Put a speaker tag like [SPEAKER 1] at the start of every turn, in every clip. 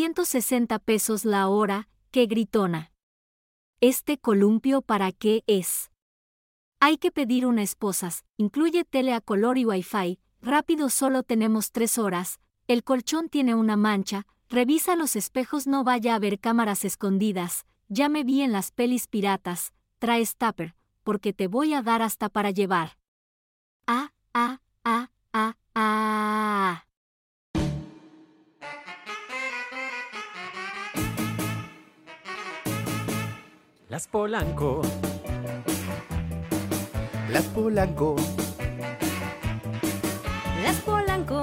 [SPEAKER 1] 360 pesos la hora, qué gritona. Este columpio para qué es. Hay que pedir una esposas, incluye tele a color y wifi, rápido solo tenemos tres horas, el colchón tiene una mancha, revisa los espejos no vaya a haber cámaras escondidas, ya me vi en las pelis piratas, traes tupper, porque te voy a dar hasta para llevar. Ah, ah, ah, ah, ah.
[SPEAKER 2] Las Polanco,
[SPEAKER 3] Las Polanco,
[SPEAKER 4] Las Polanco.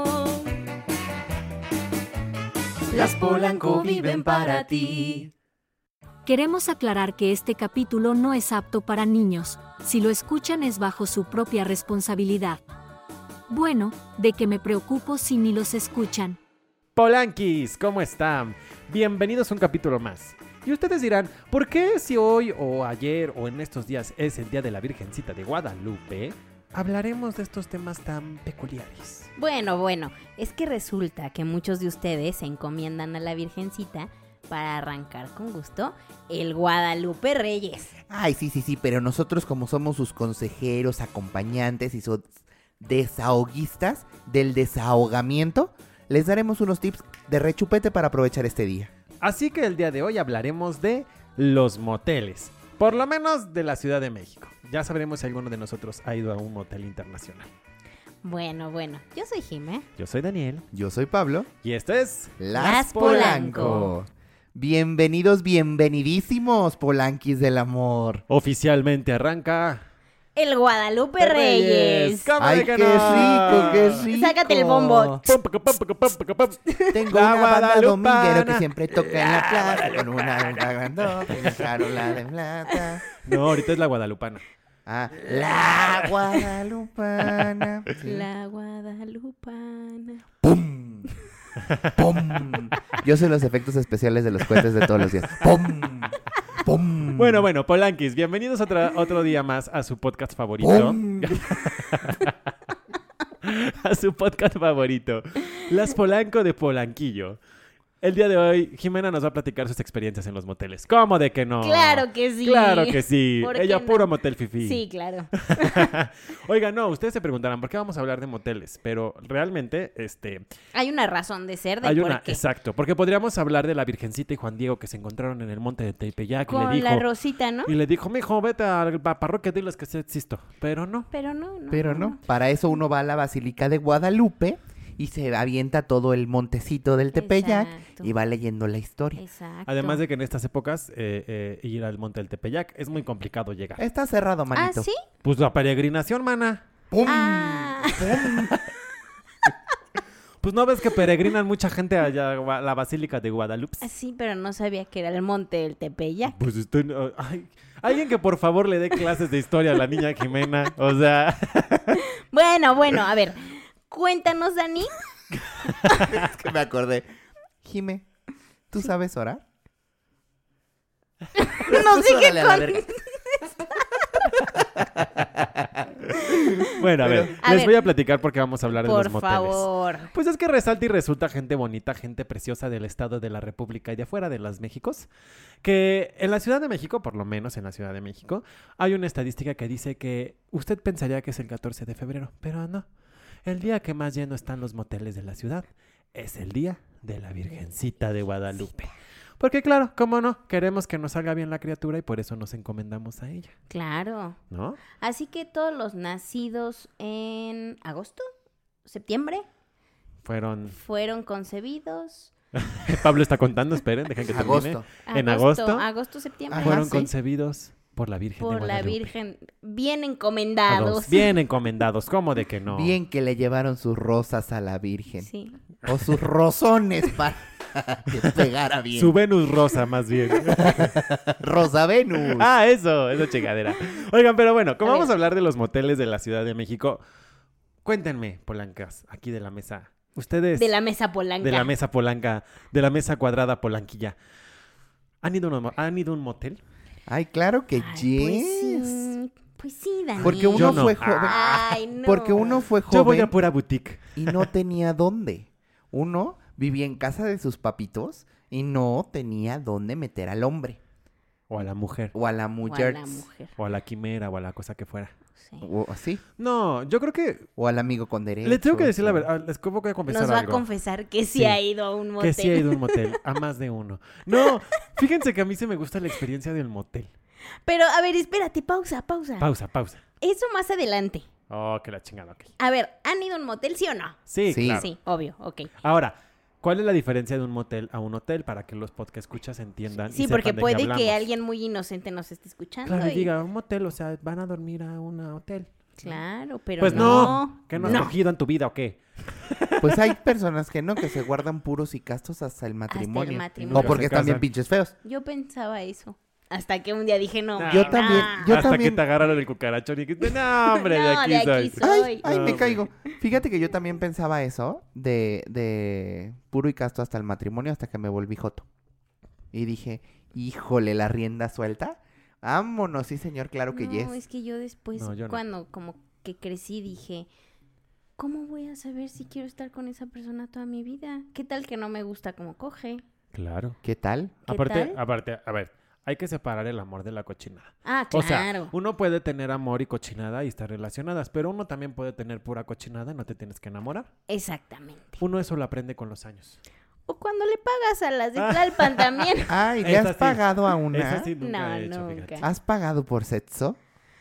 [SPEAKER 3] Las Polanco viven para ti.
[SPEAKER 1] Queremos aclarar que este capítulo no es apto para niños, si lo escuchan es bajo su propia responsabilidad. Bueno, de que me preocupo si ni los escuchan.
[SPEAKER 2] Polanquis, ¿cómo están? Bienvenidos a un capítulo más. Y ustedes dirán, ¿por qué si hoy o ayer o en estos días es el Día de la Virgencita de Guadalupe, hablaremos de estos temas tan peculiares?
[SPEAKER 4] Bueno, bueno, es que resulta que muchos de ustedes se encomiendan a la Virgencita para arrancar con gusto el Guadalupe Reyes.
[SPEAKER 3] Ay, sí, sí, sí, pero nosotros como somos sus consejeros, acompañantes y sus desahoguistas del desahogamiento, les daremos unos tips de rechupete para aprovechar este día.
[SPEAKER 2] Así que el día de hoy hablaremos de los moteles, por lo menos de la Ciudad de México. Ya sabremos si alguno de nosotros ha ido a un motel internacional.
[SPEAKER 4] Bueno, bueno, yo soy Jimé.
[SPEAKER 2] Yo soy Daniel.
[SPEAKER 3] Yo soy Pablo.
[SPEAKER 2] Y esto es...
[SPEAKER 4] Las Polanco.
[SPEAKER 3] Bienvenidos, bienvenidísimos, Polanquis del amor.
[SPEAKER 2] Oficialmente arranca...
[SPEAKER 4] El Guadalupe Reyes.
[SPEAKER 2] ¿Cómo
[SPEAKER 3] Ay,
[SPEAKER 2] de
[SPEAKER 3] qué
[SPEAKER 2] que
[SPEAKER 3] rico,
[SPEAKER 2] no?
[SPEAKER 3] qué rico.
[SPEAKER 4] Sácate el bombo.
[SPEAKER 2] Pum, paca, pum, paca, pum, paca, pum.
[SPEAKER 3] Tengo
[SPEAKER 2] La
[SPEAKER 3] una banda
[SPEAKER 2] guadalupana.
[SPEAKER 3] dominguero que siempre toca en la plaza con una luna grandota y una charola de plata.
[SPEAKER 2] No, ahorita es la guadalupana.
[SPEAKER 3] Ah, la guadalupana. Sí.
[SPEAKER 4] La Guadalupana.
[SPEAKER 3] ¡Pum! ¡Pum! Yo sé los efectos especiales de los cohetes de todos los días. ¡Pum! ¡Pum!
[SPEAKER 4] Mm.
[SPEAKER 2] Bueno, bueno, Polanquis, bienvenidos otra- otro día más a su podcast favorito.
[SPEAKER 3] ¡Pum!
[SPEAKER 2] A su podcast favorito. Las Polanco de Polanquillo. El día de hoy, Jimena nos va a platicar sus experiencias en los moteles. ¿Cómo de que no?
[SPEAKER 4] Claro que sí.
[SPEAKER 2] Claro que sí.
[SPEAKER 4] ¿Por qué
[SPEAKER 2] Ella
[SPEAKER 4] no?
[SPEAKER 2] puro motel fifi.
[SPEAKER 4] Sí, claro.
[SPEAKER 2] Oiga, no, ustedes se preguntarán por qué vamos a hablar de moteles, pero realmente, este,
[SPEAKER 4] Hay una razón de ser de
[SPEAKER 2] hay
[SPEAKER 4] por
[SPEAKER 2] una,
[SPEAKER 4] qué.
[SPEAKER 2] exacto, porque podríamos hablar de la Virgencita y Juan Diego que se encontraron en el monte de Tepeyac y le
[SPEAKER 4] Con
[SPEAKER 2] dijo,
[SPEAKER 4] la Rosita, ¿no?
[SPEAKER 2] Y le dijo, mijo, vete a la parroquia, diles que sí existo. Pero no.
[SPEAKER 4] Pero no, no.
[SPEAKER 3] Pero no, para eso uno va a la Basílica de Guadalupe y se avienta todo el montecito del Tepeyac
[SPEAKER 4] Exacto.
[SPEAKER 3] y va leyendo la historia.
[SPEAKER 4] Exacto.
[SPEAKER 2] Además de que en estas épocas eh, eh, ir al monte del Tepeyac es muy complicado llegar.
[SPEAKER 3] Está cerrado,
[SPEAKER 4] ¿Ah,
[SPEAKER 3] manito.
[SPEAKER 4] sí?
[SPEAKER 2] Pues la peregrinación, mana.
[SPEAKER 3] ¡Pum!
[SPEAKER 4] Ah.
[SPEAKER 2] Pues no ves que peregrinan mucha gente allá a Gua- la Basílica de Guadalupe.
[SPEAKER 4] Ah, Sí, pero no sabía que era el monte del Tepeyac.
[SPEAKER 2] Pues estoy... no- ay, alguien que por favor le dé clases de historia a la niña Jimena. O sea,
[SPEAKER 4] Bueno, bueno, a ver. Cuéntanos, Dani.
[SPEAKER 3] Es que me acordé. Jime, ¿tú sabes orar?
[SPEAKER 4] No sé
[SPEAKER 3] Órale, a la verga.
[SPEAKER 4] qué
[SPEAKER 2] bueno, a
[SPEAKER 3] Pero-
[SPEAKER 2] ver,
[SPEAKER 4] A
[SPEAKER 2] les
[SPEAKER 4] ver.
[SPEAKER 2] voy a platicar porque vamos a hablar
[SPEAKER 4] con...
[SPEAKER 2] de
[SPEAKER 4] Por
[SPEAKER 2] los moteles.
[SPEAKER 4] favor.
[SPEAKER 2] Pues es que resalta y resulta gente bonita, gente preciosa del Estado de la República y de afuera de las Méxicos, que en la Ciudad de México, por lo menos en la Ciudad de México, hay una estadística que dice que usted pensaría que es el 14 de febrero, pero no. El día que más lleno están los moteles de la ciudad es el día de la Virgencita de Guadalupe. Porque claro, cómo no, queremos que nos salga bien la criatura y por eso nos encomendamos a ella,
[SPEAKER 4] Claro.
[SPEAKER 2] ¿no?
[SPEAKER 4] Así que todos los nacidos en agosto, septiembre,
[SPEAKER 2] Fueron...
[SPEAKER 4] fueron concebidos.
[SPEAKER 2] Pablo está contando, esperen, dejen que termine.
[SPEAKER 3] Agosto.
[SPEAKER 2] En agosto. Ah,
[SPEAKER 4] Agosto, septiembre.
[SPEAKER 3] Ajá,
[SPEAKER 2] Fueron
[SPEAKER 3] sí.
[SPEAKER 2] concebidos por la Virgen de
[SPEAKER 4] Por la
[SPEAKER 2] Guadalupe.
[SPEAKER 4] Virgen. Bien
[SPEAKER 2] A
[SPEAKER 4] encomendados.
[SPEAKER 2] dos, Bien encomendados, ¿cómo de que no?
[SPEAKER 3] Bien que le llevaron sus rosas a la Virgen.
[SPEAKER 4] Sí.
[SPEAKER 3] O sus rosones para que pegara bien.
[SPEAKER 2] Su Venus rosa, más bien.
[SPEAKER 3] Rosa Venus.
[SPEAKER 2] ah, eso, eso chingadera. Oigan, pero bueno, como
[SPEAKER 4] A
[SPEAKER 2] vamos
[SPEAKER 4] ver.
[SPEAKER 2] a hablar de los moteles de la Ciudad de México, cuéntenme, Polancas, aquí de la mesa. Ustedes.
[SPEAKER 4] De la mesa polanca.
[SPEAKER 2] Pues de la mesa polanca, de la mesa cuadrada polanquilla. ¿Han ido a un, han ido a un motel?
[SPEAKER 3] Ay, claro que
[SPEAKER 4] Ay,
[SPEAKER 3] yes.
[SPEAKER 4] Pues sí. Pues sí, Dani.
[SPEAKER 3] Porque uno
[SPEAKER 2] Yo no.
[SPEAKER 3] fue joven.
[SPEAKER 4] Ay, no.
[SPEAKER 3] Porque uno fue
[SPEAKER 2] Yo voy
[SPEAKER 3] joven
[SPEAKER 2] a pura boutique.
[SPEAKER 3] y no tenía dónde. Uno vivía en casa de sus papitos y no tenía dónde meter al hombre
[SPEAKER 2] O a la mujer.
[SPEAKER 3] o a la
[SPEAKER 4] O a
[SPEAKER 3] mujer.
[SPEAKER 4] la mujer.
[SPEAKER 2] O a la quimera o a la cosa que fuera.
[SPEAKER 4] sí.
[SPEAKER 3] O así,
[SPEAKER 2] No, yo creo que.
[SPEAKER 3] o al amigo con derecho.
[SPEAKER 2] Les tengo que decir la verdad. Les voy a confesar
[SPEAKER 4] Nos va
[SPEAKER 2] algo.
[SPEAKER 4] a confesar que sí,
[SPEAKER 2] Sí.
[SPEAKER 4] ha ido a un motel.
[SPEAKER 2] Que sí he ido a un motel, a más de uno. No, fíjense que a mí se me gusta la experiencia del motel.
[SPEAKER 4] Pero a ver, espérate, pausa, pausa.
[SPEAKER 2] Pausa, pausa.
[SPEAKER 4] Eso más adelante.
[SPEAKER 2] Oh, que la chingada, ok.
[SPEAKER 4] A ver, ¿han ido a un motel, sí o no?
[SPEAKER 2] Sí,
[SPEAKER 3] Sí.
[SPEAKER 2] claro. Ah,
[SPEAKER 4] Sí, obvio, ok.
[SPEAKER 2] Ahora, ¿cuál es la diferencia de un motel a un hotel para que los podcast escuchas entiendan? y
[SPEAKER 4] Sí,
[SPEAKER 2] sepan
[SPEAKER 4] porque
[SPEAKER 2] de qué
[SPEAKER 4] puede
[SPEAKER 2] hablamos?
[SPEAKER 4] que alguien muy inocente nos esté escuchando.
[SPEAKER 2] Claro, y
[SPEAKER 4] y-
[SPEAKER 2] diga, un motel, o sea, van a dormir a un hotel.
[SPEAKER 4] Claro, pero
[SPEAKER 2] pues no.
[SPEAKER 4] no.
[SPEAKER 2] ¿Qué no has cogido en tu vida o qué?
[SPEAKER 3] Pues hay personas que no, que se guardan puros y castos hasta el matrimonio.
[SPEAKER 4] matrimonio.
[SPEAKER 3] O porque
[SPEAKER 2] Se
[SPEAKER 3] están bien
[SPEAKER 2] casan.
[SPEAKER 3] pinches feos.
[SPEAKER 4] Yo pensaba eso. Hasta que un día dije no.
[SPEAKER 2] Nah.
[SPEAKER 3] Yo también,
[SPEAKER 4] nah.
[SPEAKER 3] yo
[SPEAKER 2] Hasta
[SPEAKER 3] también.
[SPEAKER 2] que te agarraron el cucarachón y dijiste, no, hombre, de
[SPEAKER 4] No,
[SPEAKER 2] aquí,
[SPEAKER 4] de aquí
[SPEAKER 2] soy".
[SPEAKER 4] soy.
[SPEAKER 3] Ay, ay,
[SPEAKER 2] No,
[SPEAKER 3] me
[SPEAKER 2] hombre.
[SPEAKER 3] caigo. Fíjate que yo también pensaba eso de, de puro y casto hasta el matrimonio, hasta que me volví joto. Y dije, híjole, la rienda suelta. Vámonos, sí, señor, claro que
[SPEAKER 4] no,
[SPEAKER 3] yes.
[SPEAKER 4] es que yo después,
[SPEAKER 2] No, yo no.
[SPEAKER 4] cuando como que crecí, dije, ¿cómo voy a saber si quiero estar con esa persona toda mi vida? ¿Qué tal que no me gusta como coge?
[SPEAKER 2] Claro.
[SPEAKER 3] ¿Qué tal?
[SPEAKER 4] ¿Qué
[SPEAKER 2] Aparte,
[SPEAKER 4] tal?
[SPEAKER 2] aparte, a ver, hay que separar el amor de la cochinada.
[SPEAKER 4] Ah,
[SPEAKER 2] O sea,
[SPEAKER 4] claro.
[SPEAKER 2] uno puede tener amor y cochinada y estar relacionadas, pero uno también puede tener pura cochinada y no te tienes que enamorar.
[SPEAKER 4] Exactamente.
[SPEAKER 2] Uno eso lo aprende con los años.
[SPEAKER 4] O cuando le pagas a las de
[SPEAKER 2] Ah.
[SPEAKER 4] Tlalpan también.
[SPEAKER 3] Ay, ¿le
[SPEAKER 2] Esa
[SPEAKER 3] has
[SPEAKER 2] sí.
[SPEAKER 3] pagado a una?
[SPEAKER 2] Eso sí nunca
[SPEAKER 4] No,
[SPEAKER 2] he hecho,
[SPEAKER 4] nunca.
[SPEAKER 2] fíjate.
[SPEAKER 3] ¿Has pagado por sexo?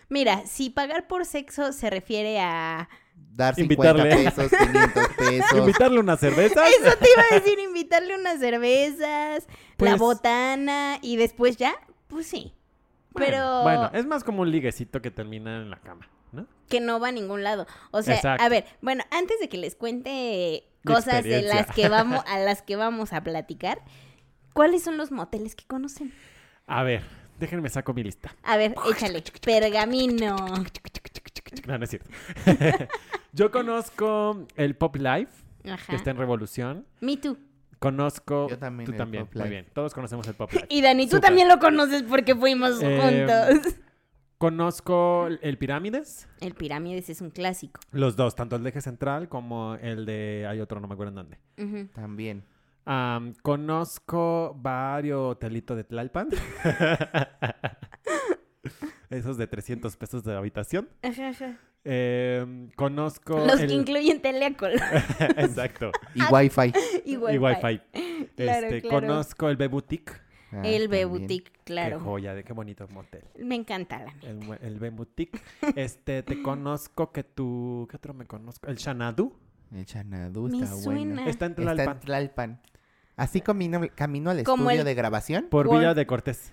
[SPEAKER 4] Mira, si pagar por sexo se refiere a...
[SPEAKER 3] Dar 50
[SPEAKER 2] Invitarle.
[SPEAKER 3] pesos, 500 pesos.
[SPEAKER 2] Invitarle una cerveza.
[SPEAKER 4] Eso te iba a decir, invitarle unas cervezas, la
[SPEAKER 2] Pues-
[SPEAKER 4] botana y después ya, pues sí. Pero
[SPEAKER 2] Bueno, es más como un liguecito que termina en la cama, ¿no?
[SPEAKER 4] que no va a ningún lado. O sea,
[SPEAKER 2] Exacto.
[SPEAKER 4] a ver, bueno, antes de que les cuente
[SPEAKER 2] Mi
[SPEAKER 4] cosas de
[SPEAKER 2] experiencia.
[SPEAKER 4] las que vamos a las que vamos a platicar, ¿cuáles son los moteles que conocen?
[SPEAKER 2] A ver, déjenme saco mi lista.
[SPEAKER 4] A ver, échale. Pergamino.
[SPEAKER 2] No, no es cierto. Yo conozco el Pop Life, que
[SPEAKER 4] Ajá.
[SPEAKER 2] está en revolución.
[SPEAKER 4] Me too.
[SPEAKER 2] Conozco.
[SPEAKER 3] Yo también
[SPEAKER 2] Tú
[SPEAKER 3] el
[SPEAKER 2] también.
[SPEAKER 3] Pop
[SPEAKER 2] Muy
[SPEAKER 3] Life.
[SPEAKER 2] bien. Todos conocemos el Pop Life.
[SPEAKER 4] Y Dani, tú
[SPEAKER 2] Súper.
[SPEAKER 4] también lo conoces porque fuimos
[SPEAKER 2] Eh,
[SPEAKER 4] juntos.
[SPEAKER 2] Conozco el Pirámides.
[SPEAKER 4] El Pirámides es un clásico.
[SPEAKER 2] Los dos, tanto el de eje central como el de. Hay otro, no me acuerdo en dónde.
[SPEAKER 4] Ujú.
[SPEAKER 3] También.
[SPEAKER 2] Am, conozco varios hotelitos de Tlalpan. Esos de 300 pesos de habitación.
[SPEAKER 4] Ajá, ajá.
[SPEAKER 2] Em, conozco.
[SPEAKER 4] Los
[SPEAKER 2] el-
[SPEAKER 4] que incluyen telécolo
[SPEAKER 2] Exacto.
[SPEAKER 3] Y
[SPEAKER 4] Ah,
[SPEAKER 3] wifi. Ah,
[SPEAKER 4] y
[SPEAKER 2] Y
[SPEAKER 4] Wi-Fi.
[SPEAKER 2] Wi-Fi. Ah,
[SPEAKER 4] Claro,
[SPEAKER 2] Este,
[SPEAKER 4] claro.
[SPEAKER 2] Conozco el B-Boutique.
[SPEAKER 3] Ah,
[SPEAKER 4] El
[SPEAKER 3] también.
[SPEAKER 4] B-Boutique,
[SPEAKER 2] Qué
[SPEAKER 4] claro.
[SPEAKER 2] joya, de qué bonito motel.
[SPEAKER 4] Me encanta la
[SPEAKER 2] El, mue- el B-Boutique. Este, te conozco que tú. ¿Qué otro me conozco? El Xanadu.
[SPEAKER 3] El Xanadu
[SPEAKER 4] Me
[SPEAKER 3] está bueno.
[SPEAKER 4] suena.
[SPEAKER 2] Está en
[SPEAKER 3] Está
[SPEAKER 2] Tlalpan.
[SPEAKER 3] en Tlalpan. Así camino, camino al
[SPEAKER 4] Como
[SPEAKER 3] estudio
[SPEAKER 4] el-
[SPEAKER 3] de grabación.
[SPEAKER 2] Por
[SPEAKER 4] Por-
[SPEAKER 2] Villa de Cortés.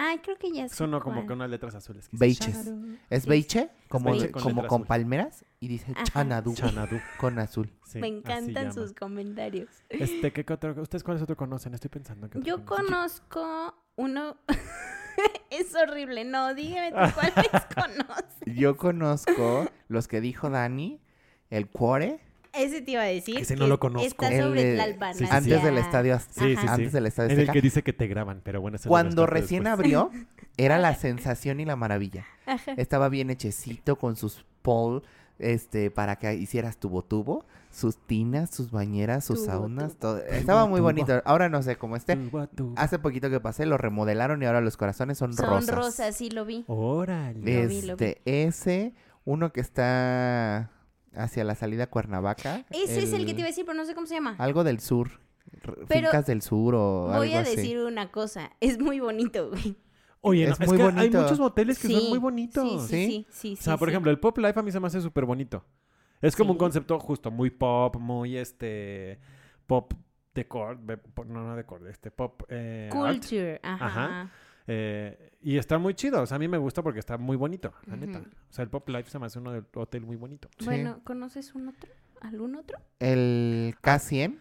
[SPEAKER 4] Ay, creo que ya sé
[SPEAKER 2] Son como
[SPEAKER 4] cuál.
[SPEAKER 2] con unas letras azules. que dicen
[SPEAKER 3] Beiches.
[SPEAKER 2] Xanadu.
[SPEAKER 3] Es
[SPEAKER 4] Sí.
[SPEAKER 3] beiche, como,
[SPEAKER 2] beiche
[SPEAKER 3] de-
[SPEAKER 2] con
[SPEAKER 3] como
[SPEAKER 2] letra
[SPEAKER 3] con
[SPEAKER 2] azul.
[SPEAKER 3] palmeras. Y dice
[SPEAKER 4] Ajá.
[SPEAKER 3] Xanadu
[SPEAKER 2] Xanadu.
[SPEAKER 3] con azul.
[SPEAKER 2] Sí,
[SPEAKER 4] Me
[SPEAKER 2] así
[SPEAKER 4] encantan
[SPEAKER 2] llaman.
[SPEAKER 4] sus comentarios.
[SPEAKER 2] Este, ¿qué otro? ¿Ustedes cuáles otro conocen? Estoy pensando que
[SPEAKER 4] Yo conozco uno. es horrible. No, dígame tú cuáles conoces.
[SPEAKER 3] Yo conozco los que dijo Dani, el cuore,
[SPEAKER 4] Ese te iba a decir.
[SPEAKER 2] Ese no
[SPEAKER 4] que
[SPEAKER 2] lo conozco.
[SPEAKER 4] Está
[SPEAKER 3] El
[SPEAKER 4] sobre
[SPEAKER 3] de-
[SPEAKER 4] Tlalpan.
[SPEAKER 2] sí, sí, sí.
[SPEAKER 3] antes
[SPEAKER 4] hacia-
[SPEAKER 3] del estadio Az-
[SPEAKER 2] Sí, sí, sí.
[SPEAKER 3] antes del estadio
[SPEAKER 2] En el
[SPEAKER 3] Azteca.
[SPEAKER 2] que dice que te graban, pero bueno. eso lo
[SPEAKER 3] Cuando
[SPEAKER 2] bastante
[SPEAKER 3] recién
[SPEAKER 2] después.
[SPEAKER 3] abrió, era la sensación y la maravilla.
[SPEAKER 4] Ajá.
[SPEAKER 3] Estaba bien hechecito con sus pol, este, para que hicieras tubo tubo, sus tinas, sus bañeras, sus
[SPEAKER 4] Tubo
[SPEAKER 3] saunas,
[SPEAKER 4] tubo.
[SPEAKER 3] todo. Estaba muy
[SPEAKER 2] tubo.
[SPEAKER 3] bonito. Ahora no sé cómo esté.
[SPEAKER 2] Tú, guatú.
[SPEAKER 3] Hace poquito que pasé, lo remodelaron y ahora los corazones son,
[SPEAKER 4] Son
[SPEAKER 3] rosas.
[SPEAKER 4] rosas. sí lo vi.
[SPEAKER 2] Órale.
[SPEAKER 4] Lo vi, lo vi.
[SPEAKER 3] Este, ese, uno que está hacia la salida a Cuernavaca.
[SPEAKER 4] Ese es el que te iba a decir, pero no sé cómo se llama.
[SPEAKER 3] Algo del sur. r-
[SPEAKER 4] Pero
[SPEAKER 3] Fincas del sur o
[SPEAKER 4] Voy
[SPEAKER 3] algo
[SPEAKER 4] a
[SPEAKER 3] así.
[SPEAKER 4] decir una cosa. Es muy bonito, güey.
[SPEAKER 2] Oye, no,
[SPEAKER 3] Es
[SPEAKER 2] es,
[SPEAKER 3] muy
[SPEAKER 2] que hay
[SPEAKER 3] bonito.
[SPEAKER 2] muchos moteles que son
[SPEAKER 4] Sí,
[SPEAKER 2] muy
[SPEAKER 4] Sí,
[SPEAKER 2] bonitos.
[SPEAKER 4] sí,
[SPEAKER 3] ¿Sí?
[SPEAKER 4] sí. sí,
[SPEAKER 2] o sea,
[SPEAKER 4] sí,
[SPEAKER 2] por
[SPEAKER 4] sí.
[SPEAKER 2] ejemplo, el Pop Life a mí se me hace súper bonito. Es como un
[SPEAKER 4] Sí.
[SPEAKER 2] concepto justo muy pop, muy este. Pop de cord, de- po- no, no de cord, este pop. eh, art.
[SPEAKER 4] Culture. Ajá.
[SPEAKER 2] Ajá. Eh, y está muy chido. O sea, a mí me gusta porque está muy bonito, la neta.
[SPEAKER 4] Ujú.
[SPEAKER 2] O sea, el Pop Life se me hace uno del hotel muy bonito.
[SPEAKER 3] Sí.
[SPEAKER 4] Bueno, ¿conoces un otro? ¿Algún otro?
[SPEAKER 3] El K100,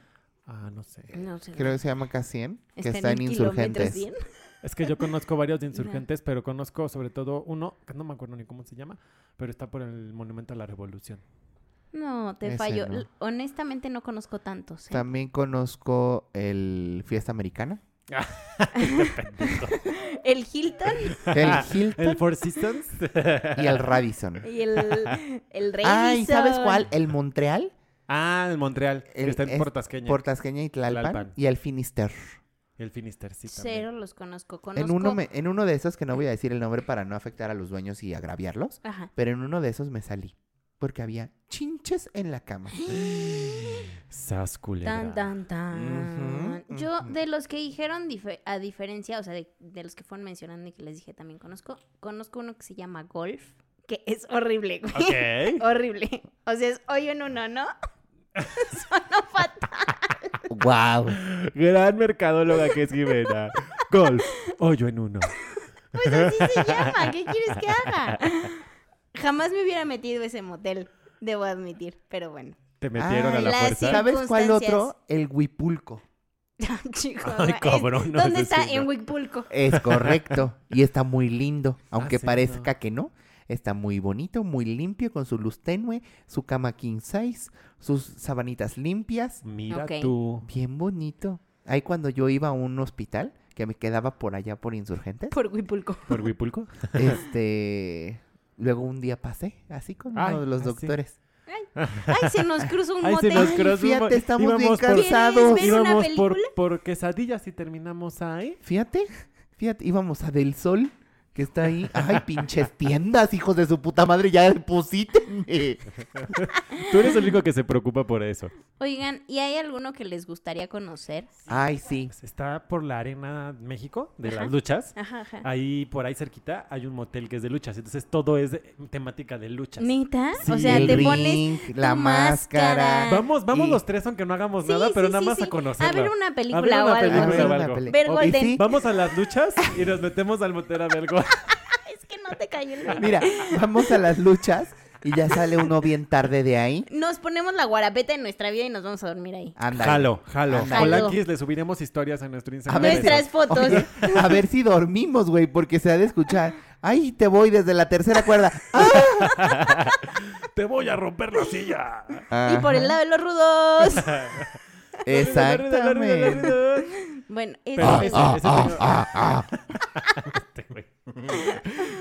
[SPEAKER 2] Ah, no sé.
[SPEAKER 4] No sé.
[SPEAKER 3] creo que se llama K100, que está, en
[SPEAKER 4] el
[SPEAKER 3] Insurgentes.
[SPEAKER 4] kilómetro
[SPEAKER 2] Es que yo conozco varios de insurgentes, pero conozco sobre todo uno, que no me acuerdo ni cómo se llama, pero está por el Monumento a la Revolución.
[SPEAKER 4] 100. No, te
[SPEAKER 3] Ese
[SPEAKER 4] fallo.
[SPEAKER 3] no.
[SPEAKER 4] L- Honestamente no conozco tantos. ¿eh?
[SPEAKER 3] También conozco el Fiesta Americana.
[SPEAKER 4] El Hilton
[SPEAKER 3] El Hilton
[SPEAKER 2] El Four Seasons.
[SPEAKER 3] y el Radisson.
[SPEAKER 4] y el, el Rey.
[SPEAKER 3] Ay, ¿sabes cuál? El Montreal
[SPEAKER 2] Ah, en Montreal,
[SPEAKER 3] El-
[SPEAKER 2] que está en
[SPEAKER 3] es
[SPEAKER 2] Portasqueña.
[SPEAKER 3] Portasqueña y Tlalpan,
[SPEAKER 2] Tlalpan.
[SPEAKER 3] y el Finisterre.
[SPEAKER 2] El Finister, sí. también.
[SPEAKER 4] Cero los conozco. Conozco.
[SPEAKER 3] En uno, me- en uno de esos, que no voy a decir el nombre para no afectar a los dueños y agraviarlos,
[SPEAKER 4] Ajá.
[SPEAKER 3] pero en uno de esos me salí. Porque había chinches en la cama.
[SPEAKER 2] Sas culebra.
[SPEAKER 4] Tan, tan, tan.
[SPEAKER 3] Ujú,
[SPEAKER 4] Yo,
[SPEAKER 3] ujú.
[SPEAKER 4] de los que dijeron, dife- a diferencia, o sea, de, de los que fueron mencionando y que les dije también conozco, conozco uno que se llama Golf, que es horrible, güey.
[SPEAKER 2] Ok.
[SPEAKER 4] Horrible. O sea, es hoyo en uno, ¿no?
[SPEAKER 3] ¡Guau!
[SPEAKER 2] Gran mercadóloga que es Jimena. Golf, hoyo en uno.
[SPEAKER 4] Pues así se llama. ¿Qué quieres que haga? Jamás me hubiera metido ese motel, debo admitir, pero bueno.
[SPEAKER 2] Te metieron
[SPEAKER 3] Ay,
[SPEAKER 2] a la
[SPEAKER 4] Ah, la
[SPEAKER 2] fuerza.
[SPEAKER 4] sí.
[SPEAKER 3] ¿Sabes cuál
[SPEAKER 4] Circunstancias.
[SPEAKER 3] otro? El Huipulco.
[SPEAKER 4] Chicos,
[SPEAKER 2] Ay,
[SPEAKER 4] es-
[SPEAKER 2] cabrón, no,
[SPEAKER 4] ¿Dónde
[SPEAKER 2] eso
[SPEAKER 4] está?
[SPEAKER 2] sí, no.
[SPEAKER 4] En Huipulco.
[SPEAKER 3] Es correcto. y está muy lindo. Aunque
[SPEAKER 2] Ah, sí,
[SPEAKER 3] parezca que no. Está muy bonito, muy limpio, con su luz tenue, su cama king size, sus sabanitas limpias.
[SPEAKER 2] Mira
[SPEAKER 4] Ok.
[SPEAKER 2] tú.
[SPEAKER 3] Bien bonito. Ahí cuando yo iba a un hospital, que me quedaba por allá por insurgentes,
[SPEAKER 4] Por Huipulco.
[SPEAKER 2] ¿Por Huipulco?
[SPEAKER 3] este... Luego un día pasé, así con uno
[SPEAKER 2] Ay,
[SPEAKER 3] de los
[SPEAKER 2] así.
[SPEAKER 3] doctores.
[SPEAKER 4] Ay, se nos cruzó un
[SPEAKER 2] Ay, se
[SPEAKER 4] motel.
[SPEAKER 2] nos
[SPEAKER 3] Ay,
[SPEAKER 2] cruzó un
[SPEAKER 3] fíjate,
[SPEAKER 2] mo-
[SPEAKER 3] estamos bien
[SPEAKER 2] íbamos por-
[SPEAKER 4] ¿Quieres ver una
[SPEAKER 3] cansados.
[SPEAKER 2] Pues Íbamos por,
[SPEAKER 4] película?
[SPEAKER 2] por quesadillas y terminamos ahí.
[SPEAKER 3] Fíjate, fíjate, íbamos a Del Sol, que está ahí. Ay, pinches tiendas, hijos de su puta madre, ya deposítenme.
[SPEAKER 2] Tú eres el único que se preocupa por eso.
[SPEAKER 4] Oigan, ¿y hay alguno que les gustaría conocer?
[SPEAKER 3] Ay, sí.
[SPEAKER 2] Pues Está por la arena México de
[SPEAKER 4] Ajá.
[SPEAKER 2] las luchas.
[SPEAKER 4] Ajá, ajá.
[SPEAKER 2] Ahí por ahí cerquita hay un motel que es de luchas. Entonces todo es de- temática de luchas.
[SPEAKER 4] ¿Neta? o
[SPEAKER 2] Sí.
[SPEAKER 4] sea,
[SPEAKER 3] el
[SPEAKER 4] te
[SPEAKER 3] ring,
[SPEAKER 4] pones...
[SPEAKER 3] la
[SPEAKER 4] tu
[SPEAKER 3] máscara.
[SPEAKER 4] máscara.
[SPEAKER 2] Vamos, vamos
[SPEAKER 3] Y-
[SPEAKER 2] los tres, aunque no hagamos
[SPEAKER 4] Sí,
[SPEAKER 2] nada, pero
[SPEAKER 4] sí,
[SPEAKER 2] nada
[SPEAKER 4] sí,
[SPEAKER 2] más a
[SPEAKER 4] sí.
[SPEAKER 2] conocerla.
[SPEAKER 4] A ver una película
[SPEAKER 2] ver
[SPEAKER 4] o
[SPEAKER 2] una
[SPEAKER 4] algo.
[SPEAKER 2] película.
[SPEAKER 3] A ver
[SPEAKER 2] o
[SPEAKER 3] una
[SPEAKER 2] algo.
[SPEAKER 3] peli-
[SPEAKER 4] Ver
[SPEAKER 3] Y
[SPEAKER 4] Golden.
[SPEAKER 3] sí,
[SPEAKER 2] Vamos a las luchas y nos metemos al motel a ver gol.
[SPEAKER 4] Es que no te cayó el 20.
[SPEAKER 3] Mira, vamos a las luchas y ya sale uno bien tarde de ahí.
[SPEAKER 4] Nos ponemos la guarapeta en nuestra vida y nos vamos a dormir ahí.
[SPEAKER 3] Ándale.
[SPEAKER 2] Jalo, jalo.
[SPEAKER 3] Ándale.
[SPEAKER 2] Hola, Kiss, le subiremos historias a nuestro Instagram.
[SPEAKER 3] ver,
[SPEAKER 4] Nuestras fotos.
[SPEAKER 3] Oye, a ver si dormimos, güey, porque se ha de escuchar. Ay, te voy desde la tercera cuerda.
[SPEAKER 2] Te voy a romper la silla.
[SPEAKER 4] Y por el lado de los rudos.
[SPEAKER 3] Exactamente.
[SPEAKER 4] bueno,
[SPEAKER 2] Pero
[SPEAKER 4] eso es...
[SPEAKER 2] ese-
[SPEAKER 3] Ah,
[SPEAKER 2] ese
[SPEAKER 3] ah,
[SPEAKER 2] tengo-
[SPEAKER 3] ah, ah.
[SPEAKER 2] Este güey.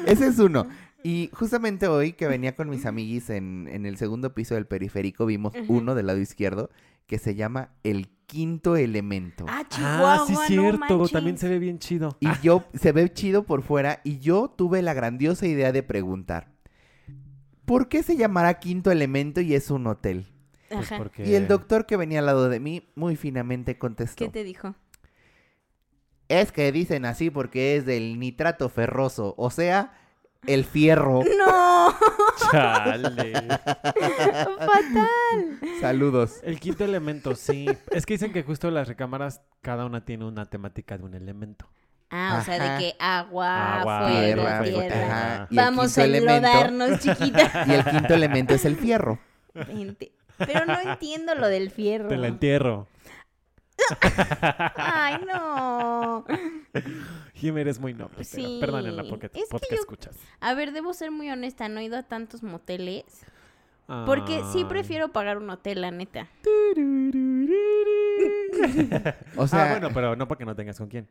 [SPEAKER 3] Ese es uno. Y justamente hoy que venía con mis amiguis en, en el segundo piso del periférico, vimos uno del lado izquierdo que se llama El Quinto Elemento.
[SPEAKER 4] Ah, Chihuahua,
[SPEAKER 2] Ah, sí,
[SPEAKER 4] no
[SPEAKER 2] cierto.
[SPEAKER 4] manches.
[SPEAKER 2] También se ve bien chido.
[SPEAKER 3] Y yo, se ve chido por fuera, y yo tuve la grandiosa idea de preguntar, ¿por qué se llamará Quinto Elemento y es un hotel?
[SPEAKER 2] Pues
[SPEAKER 4] Ajá.
[SPEAKER 2] porque-
[SPEAKER 3] Y el doctor que venía al lado de mí muy finamente
[SPEAKER 4] ¿Qué
[SPEAKER 3] contestó,
[SPEAKER 4] te dijo?
[SPEAKER 3] es que dicen así porque es del nitrato ferroso, o sea, el fierro.
[SPEAKER 4] ¡No!
[SPEAKER 2] Chale.
[SPEAKER 4] ¡Fatal!
[SPEAKER 3] Saludos.
[SPEAKER 2] El quinto elemento, sí. Es que dicen que justo las recámaras, cada una tiene una temática de un elemento.
[SPEAKER 4] Ah, o sea,
[SPEAKER 3] Ajá.
[SPEAKER 4] de que agua,
[SPEAKER 2] Agua,
[SPEAKER 4] fuego,
[SPEAKER 2] tierra,
[SPEAKER 4] tierra.
[SPEAKER 2] fuego, tierra.
[SPEAKER 3] pues, ajá, y el
[SPEAKER 4] Vamos
[SPEAKER 3] quinto
[SPEAKER 4] a
[SPEAKER 3] elemento-
[SPEAKER 4] enlodarnos, chiquita.
[SPEAKER 3] Y el quinto elemento es el fierro.
[SPEAKER 4] Vente. Pero no entiendo lo del fierro.
[SPEAKER 2] Te la entierro.
[SPEAKER 4] Ay, no.
[SPEAKER 2] Jim, eres muy noble.
[SPEAKER 4] Pues Sí.
[SPEAKER 2] Pero perdónenla porque
[SPEAKER 4] Es que
[SPEAKER 2] podcast
[SPEAKER 4] yo-
[SPEAKER 2] escuchas.
[SPEAKER 4] A ver, debo ser muy honesta, no he ido a tantos moteles. Porque sí
[SPEAKER 3] Ah.
[SPEAKER 2] Ah.
[SPEAKER 4] prefiero pagar un hotel, la neta.
[SPEAKER 3] O sea,
[SPEAKER 2] ah, bueno, pero no porque no tengas con quién.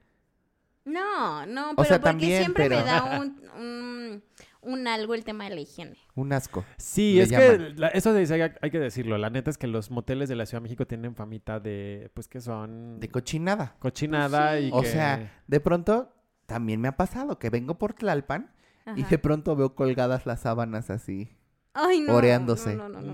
[SPEAKER 4] No, no, pero
[SPEAKER 3] sea,
[SPEAKER 4] porque
[SPEAKER 3] también,
[SPEAKER 4] siempre
[SPEAKER 3] pero-
[SPEAKER 4] me da un, un, un algo el tema de la higiene.
[SPEAKER 3] un asco.
[SPEAKER 2] Sí,
[SPEAKER 3] Le
[SPEAKER 2] es que
[SPEAKER 3] llaman.
[SPEAKER 2] la- eso de- hay, hay que decirlo. La neta es que los moteles de la Ciudad de México tienen famita de, pues que son
[SPEAKER 3] De cochinada.
[SPEAKER 2] cochinada
[SPEAKER 4] Pues sí.
[SPEAKER 2] y
[SPEAKER 3] O
[SPEAKER 2] que-
[SPEAKER 3] sea, de pronto también me ha pasado que vengo por Tlalpan y
[SPEAKER 4] Ajá.
[SPEAKER 3] de pronto veo colgadas las sábanas así.
[SPEAKER 4] Ay, no,
[SPEAKER 3] oreándose.
[SPEAKER 4] No, no, no, no, no, no,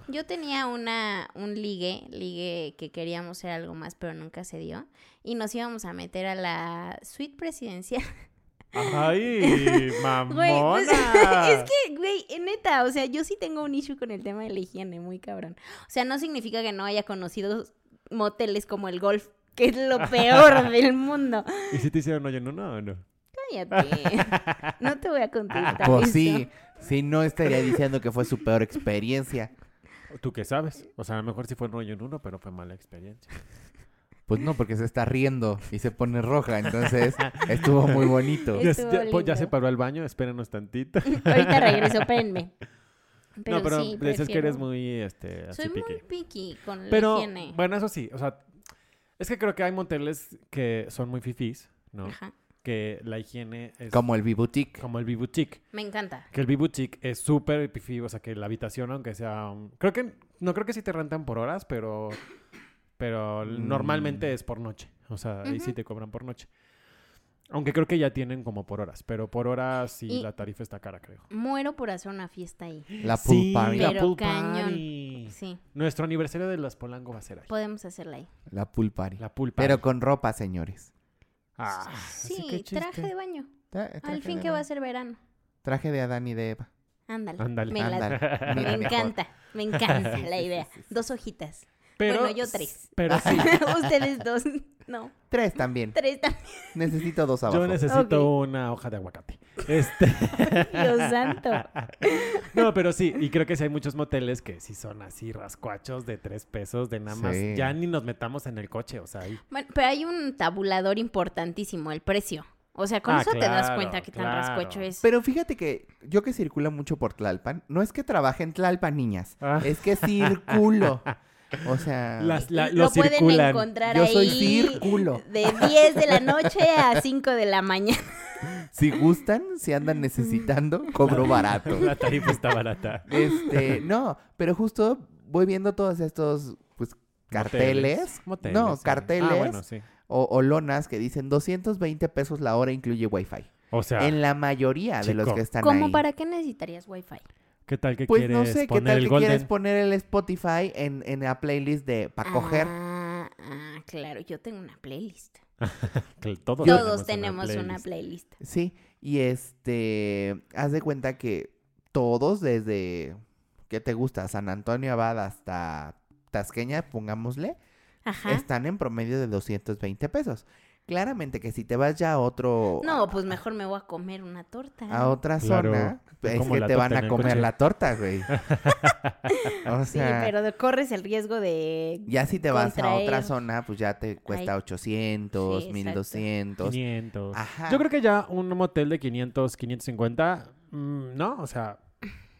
[SPEAKER 2] no.
[SPEAKER 4] Yo tenía una, un ligue, ligue que queríamos ser algo más, pero nunca se dio. Y nos íbamos a meter a la suite presidencial.
[SPEAKER 2] Ay, mamona.
[SPEAKER 4] Güey, pues, es que, güey, eh, neta, o sea, yo sí tengo un issue con el tema de la higiene, muy cabrón. O sea, no significa que no haya conocido moteles como el golf, que es lo peor del mundo.
[SPEAKER 2] ¿Y si te hicieron hoyo? No, no, no.
[SPEAKER 4] Cállate. No te voy a
[SPEAKER 2] Ah,
[SPEAKER 4] contestar.
[SPEAKER 3] Pues
[SPEAKER 4] eso.
[SPEAKER 3] sí, si no estaría diciendo que fue su peor experiencia.
[SPEAKER 2] ¿Tú qué sabes? O sea, a lo mejor sí fue un hoyo en uno, pero fue mala experiencia.
[SPEAKER 3] Pues no, porque se está riendo y se pone roja, entonces estuvo muy bonito.
[SPEAKER 2] Ya,
[SPEAKER 4] Estuvo
[SPEAKER 2] ya- pues, ya se
[SPEAKER 4] lindo.
[SPEAKER 2] paró al baño, espérenos tantito.
[SPEAKER 4] Ahorita regreso, espérenme.
[SPEAKER 2] no, pero
[SPEAKER 4] sí,
[SPEAKER 2] decías que
[SPEAKER 4] prefiero-
[SPEAKER 2] eres muy, este, así
[SPEAKER 4] Soy
[SPEAKER 2] piqui.
[SPEAKER 4] muy picky con
[SPEAKER 2] Pero,
[SPEAKER 4] la higiene.
[SPEAKER 2] bueno, eso sí, o sea, es que creo que hay moteles que son muy fifís, ¿no?
[SPEAKER 4] Ajá.
[SPEAKER 2] Que la higiene es
[SPEAKER 3] Como el Bibutic.
[SPEAKER 2] como el B-Boutique.
[SPEAKER 4] Me encanta.
[SPEAKER 2] Que el B-Boutique es súper fifí, o sea, que la habitación, aunque sea... um, creo que No creo que sí te rentan por horas, pero, pero
[SPEAKER 3] Mm.
[SPEAKER 2] normalmente es por noche. O sea, ahí sí
[SPEAKER 4] Ujú.
[SPEAKER 2] te cobran por noche. Aunque creo que ya tienen como por horas, pero por horas sí
[SPEAKER 4] Y-
[SPEAKER 2] la tarifa está cara, creo.
[SPEAKER 4] Muero por hacer una fiesta ahí.
[SPEAKER 3] La pool party.
[SPEAKER 2] la
[SPEAKER 4] Pero
[SPEAKER 2] pool
[SPEAKER 4] cañón.
[SPEAKER 2] party.
[SPEAKER 4] Sí,
[SPEAKER 2] Nuestro aniversario de las Polanco va a ser ahí.
[SPEAKER 4] podemos hacerla ahí.
[SPEAKER 3] La pool party.
[SPEAKER 2] La pool party.
[SPEAKER 3] Pero con ropa, señores.
[SPEAKER 2] Ah, así
[SPEAKER 4] sí,
[SPEAKER 2] que chiste.
[SPEAKER 4] traje de baño.
[SPEAKER 3] Tra- Ah, traje
[SPEAKER 4] Al fin
[SPEAKER 3] de
[SPEAKER 4] que va a
[SPEAKER 3] Adán.
[SPEAKER 4] ser verano.
[SPEAKER 3] Traje de Adán y de Eva.
[SPEAKER 4] Ándale.
[SPEAKER 2] Ándale.
[SPEAKER 4] Me, late. Me
[SPEAKER 3] Ándale. Mira, Ah, mejor.
[SPEAKER 4] encanta, me encanta
[SPEAKER 3] Sí,
[SPEAKER 4] la
[SPEAKER 3] sí,
[SPEAKER 4] idea.
[SPEAKER 3] sí, sí, sí.
[SPEAKER 4] Dos hojitas.
[SPEAKER 2] Pero,
[SPEAKER 4] Bueno, yo tres.
[SPEAKER 2] Pero
[SPEAKER 3] Ah,
[SPEAKER 2] sí,
[SPEAKER 4] Ustedes dos. No,
[SPEAKER 3] Tres también.
[SPEAKER 4] tres también.
[SPEAKER 3] Necesito dos abajo.
[SPEAKER 2] yo necesito
[SPEAKER 4] Ok.
[SPEAKER 2] una hoja de aguacate. Este,
[SPEAKER 4] Dios santo.
[SPEAKER 2] no, pero sí, y creo que sí hay muchos moteles que sí son así rascuachos de tres pesos, de nada más.
[SPEAKER 3] Sí.
[SPEAKER 2] Ya ni nos metamos en el coche, o sea, ahí.
[SPEAKER 4] Bueno, pero hay un tabulador importantísimo, el precio. O sea, con
[SPEAKER 2] Ah,
[SPEAKER 4] eso te das
[SPEAKER 2] claro,
[SPEAKER 4] cuenta que tan
[SPEAKER 2] claro.
[SPEAKER 4] rascuacho es.
[SPEAKER 3] Pero fíjate que yo que circulo mucho por Tlalpan, no es que trabaje en Tlalpan, niñas.
[SPEAKER 2] Ah.
[SPEAKER 3] Es que circulo. O sea,
[SPEAKER 2] Las- la-
[SPEAKER 4] lo
[SPEAKER 2] los
[SPEAKER 4] pueden
[SPEAKER 2] circulan.
[SPEAKER 4] encontrar
[SPEAKER 3] Yo
[SPEAKER 4] ahí
[SPEAKER 3] soy círculo.
[SPEAKER 4] de 10 de la noche a 5 de la mañana.
[SPEAKER 3] si gustan, si andan necesitando, cobro barato.
[SPEAKER 2] La tarifa está barata.
[SPEAKER 3] Este, no, pero justo voy viendo todos estos, pues, carteles.
[SPEAKER 2] Moteles. Moteles,
[SPEAKER 3] no,
[SPEAKER 2] sí.
[SPEAKER 3] carteles
[SPEAKER 2] Ah, bueno, sí.
[SPEAKER 3] o, o lonas que dicen 220 pesos la hora incluye wifi.
[SPEAKER 2] O sea,
[SPEAKER 3] en la mayoría de los
[SPEAKER 2] chico.
[SPEAKER 3] que están ahí.
[SPEAKER 4] ¿Cómo para qué necesitarías wifi?
[SPEAKER 2] ¿qué tal que
[SPEAKER 3] Pues
[SPEAKER 2] quieres
[SPEAKER 3] no sé, ¿qué
[SPEAKER 2] poner
[SPEAKER 3] tal
[SPEAKER 2] el
[SPEAKER 3] que
[SPEAKER 2] Golden?
[SPEAKER 3] quieres poner el Spotify en, en la playlist de para coger?
[SPEAKER 4] Ah, ah, claro, yo tengo una playlist.
[SPEAKER 2] Que Todos,
[SPEAKER 4] Todos tenemos una
[SPEAKER 2] playlist.
[SPEAKER 4] playlist.
[SPEAKER 3] Sí, y este, haz de cuenta que todos desde, ¿qué te gusta? San Antonio Abad hasta Tasqueña, pongámosle,
[SPEAKER 4] Ajá.
[SPEAKER 3] están en promedio de 220 pesos. Claramente que si te vas ya a otro...
[SPEAKER 4] No, pues mejor me voy a comer una torta.
[SPEAKER 3] A otra
[SPEAKER 2] Claro,
[SPEAKER 3] zona, pues,
[SPEAKER 2] es
[SPEAKER 3] es
[SPEAKER 2] como
[SPEAKER 3] que
[SPEAKER 2] la
[SPEAKER 3] te
[SPEAKER 2] torta
[SPEAKER 3] van
[SPEAKER 2] en
[SPEAKER 3] a
[SPEAKER 2] el
[SPEAKER 3] comer
[SPEAKER 2] coche.
[SPEAKER 3] la torta, güey. o sea,
[SPEAKER 4] sí, pero de- corres el riesgo de...
[SPEAKER 3] ya si te vas a otra
[SPEAKER 4] contraer.
[SPEAKER 3] zona, pues ya te cuesta
[SPEAKER 4] Ay.
[SPEAKER 3] 800,
[SPEAKER 4] Sí, exacto.
[SPEAKER 3] 1200.
[SPEAKER 2] 500.
[SPEAKER 3] Ajá.
[SPEAKER 2] Yo creo que ya un motel de 500, 550, mm, ¿no? O sea,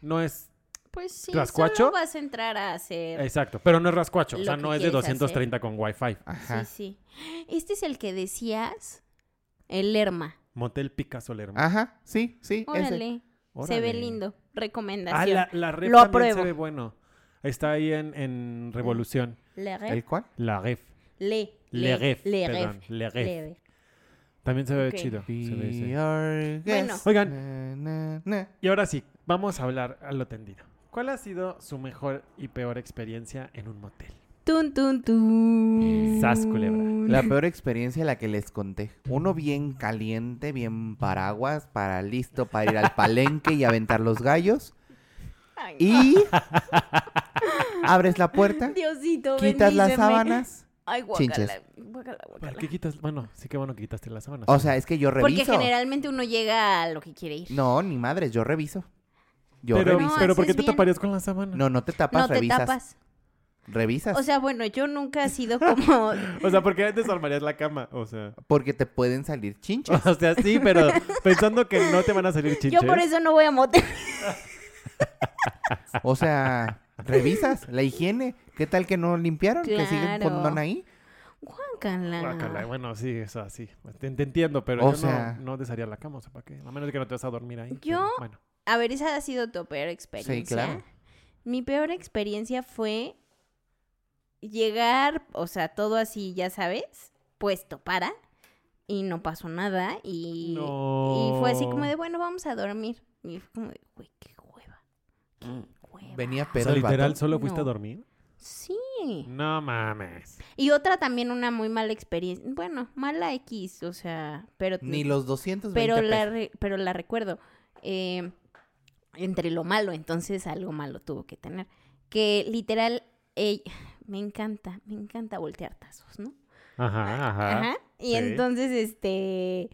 [SPEAKER 2] no es
[SPEAKER 4] Pues sí,
[SPEAKER 2] ¿Trascuacho?
[SPEAKER 4] solo vas a entrar a hacer...
[SPEAKER 2] Exacto, pero no es rascuacho, o
[SPEAKER 4] Lo
[SPEAKER 2] sea,
[SPEAKER 4] que
[SPEAKER 2] no es de
[SPEAKER 4] quieres hacer.
[SPEAKER 2] 230 con wifi.
[SPEAKER 3] Ajá.
[SPEAKER 4] Sí, sí. Este es el que decías, el Lerma.
[SPEAKER 2] Motel Picasso Lerma.
[SPEAKER 3] Ajá, sí, sí, ese.
[SPEAKER 4] Órale, se
[SPEAKER 2] Órale.
[SPEAKER 4] ve lindo.
[SPEAKER 2] Ah,
[SPEAKER 4] Recomendación.
[SPEAKER 2] la, la ref
[SPEAKER 4] Lo
[SPEAKER 2] también se
[SPEAKER 4] apruebo. Mm.
[SPEAKER 2] ve bueno. Está ahí en, en Revolución.
[SPEAKER 4] Le
[SPEAKER 3] ¿El
[SPEAKER 4] ref.
[SPEAKER 3] cuál?
[SPEAKER 2] La ref.
[SPEAKER 4] Le.
[SPEAKER 2] Le ref.
[SPEAKER 4] Le
[SPEAKER 2] perdón,
[SPEAKER 4] ref.
[SPEAKER 2] Le ref.
[SPEAKER 4] Le ref.
[SPEAKER 2] También se ve
[SPEAKER 4] Ok.
[SPEAKER 2] chido. se ve, sí.
[SPEAKER 3] Be our
[SPEAKER 4] Bueno.
[SPEAKER 3] guest.
[SPEAKER 2] Oigan.
[SPEAKER 3] Na, na, na.
[SPEAKER 2] Y ahora sí, vamos a hablar a lo tendido. ¿Cuál ha sido su mejor y peor experiencia en un motel?
[SPEAKER 4] Tun, tun, tun.
[SPEAKER 2] Sas, culebra.
[SPEAKER 3] La peor experiencia la que les conté. Uno bien caliente, bien paraguas, para listo para ir al palenque y aventar los gallos.
[SPEAKER 4] Ay,
[SPEAKER 3] Y abres la puerta,
[SPEAKER 4] Diosito,
[SPEAKER 3] quitas las
[SPEAKER 4] bendíceme.
[SPEAKER 3] sábanas.
[SPEAKER 4] Ay, guácala,
[SPEAKER 3] Chinches.
[SPEAKER 4] guácala,
[SPEAKER 2] ¿Para
[SPEAKER 4] guácala.
[SPEAKER 2] qué quitas? Bueno, sí que bueno que quitaste las sábanas.
[SPEAKER 3] O sea, es que yo
[SPEAKER 4] Porque
[SPEAKER 3] Pues, reviso.
[SPEAKER 4] generalmente uno llega a lo que quiere ir.
[SPEAKER 3] No, ni madre, yo reviso. Yo
[SPEAKER 2] pero,
[SPEAKER 3] reviso.
[SPEAKER 2] pero
[SPEAKER 4] No,
[SPEAKER 2] ¿por qué
[SPEAKER 4] haces
[SPEAKER 2] te
[SPEAKER 4] bien.
[SPEAKER 2] taparías con las sábanas?
[SPEAKER 3] No, no te tapas,
[SPEAKER 4] No te
[SPEAKER 3] revisas.
[SPEAKER 4] tapas.
[SPEAKER 3] Revisas.
[SPEAKER 4] O sea, bueno, yo nunca he sido como...
[SPEAKER 2] O sea, ¿por qué desarmarías la cama? O sea.
[SPEAKER 3] porque te pueden salir chinches.
[SPEAKER 2] O sea, sí, pero pensando que no te van a salir chinches.
[SPEAKER 4] Yo por eso no voy a motel.
[SPEAKER 3] O sea, revisas la higiene. ¿Qué tal que no limpiaron? Que siguen
[SPEAKER 4] Claro.
[SPEAKER 3] condón ahí.
[SPEAKER 4] Guácala.
[SPEAKER 2] Guácala, bueno, sí, o sea, sí. Te, te entiendo, pero
[SPEAKER 3] O
[SPEAKER 2] yo
[SPEAKER 3] sea-
[SPEAKER 2] no, no desharía la cama, o sea, ¿para qué? A menos que no te vas a dormir ahí.
[SPEAKER 4] Yo-
[SPEAKER 2] pero Bueno,
[SPEAKER 4] A ver, esa ha sido tu peor experiencia.
[SPEAKER 3] claro.
[SPEAKER 4] Mi peor experiencia fue llegar, o sea, todo así, ya sabes, puesto para, y no pasó nada, y,
[SPEAKER 2] No.
[SPEAKER 4] y fue así como de, bueno, vamos a dormir. Y fue como de, güey, qué hueva.
[SPEAKER 2] Mm.
[SPEAKER 4] Qué hueva.
[SPEAKER 3] Venía
[SPEAKER 2] O
[SPEAKER 3] pedo
[SPEAKER 2] sea,
[SPEAKER 3] el vato.
[SPEAKER 2] literal, ¿solo fuiste a
[SPEAKER 4] No.
[SPEAKER 2] dormir?
[SPEAKER 4] Sí.
[SPEAKER 2] No mames.
[SPEAKER 4] Y otra también una muy mala experiencia. Bueno, mala X, o sea, pero...
[SPEAKER 3] Ni los 220
[SPEAKER 4] pero la,
[SPEAKER 3] pesos.
[SPEAKER 4] re- pero la recuerdo. eh, entre lo malo, entonces algo malo tuvo que tener. Que literal, ey, me encanta, me encanta voltear tazos, ¿no?
[SPEAKER 2] Ajá,
[SPEAKER 3] Ah,
[SPEAKER 2] ajá.
[SPEAKER 4] Ah, Ajá. Y
[SPEAKER 2] sí.
[SPEAKER 4] entonces, este,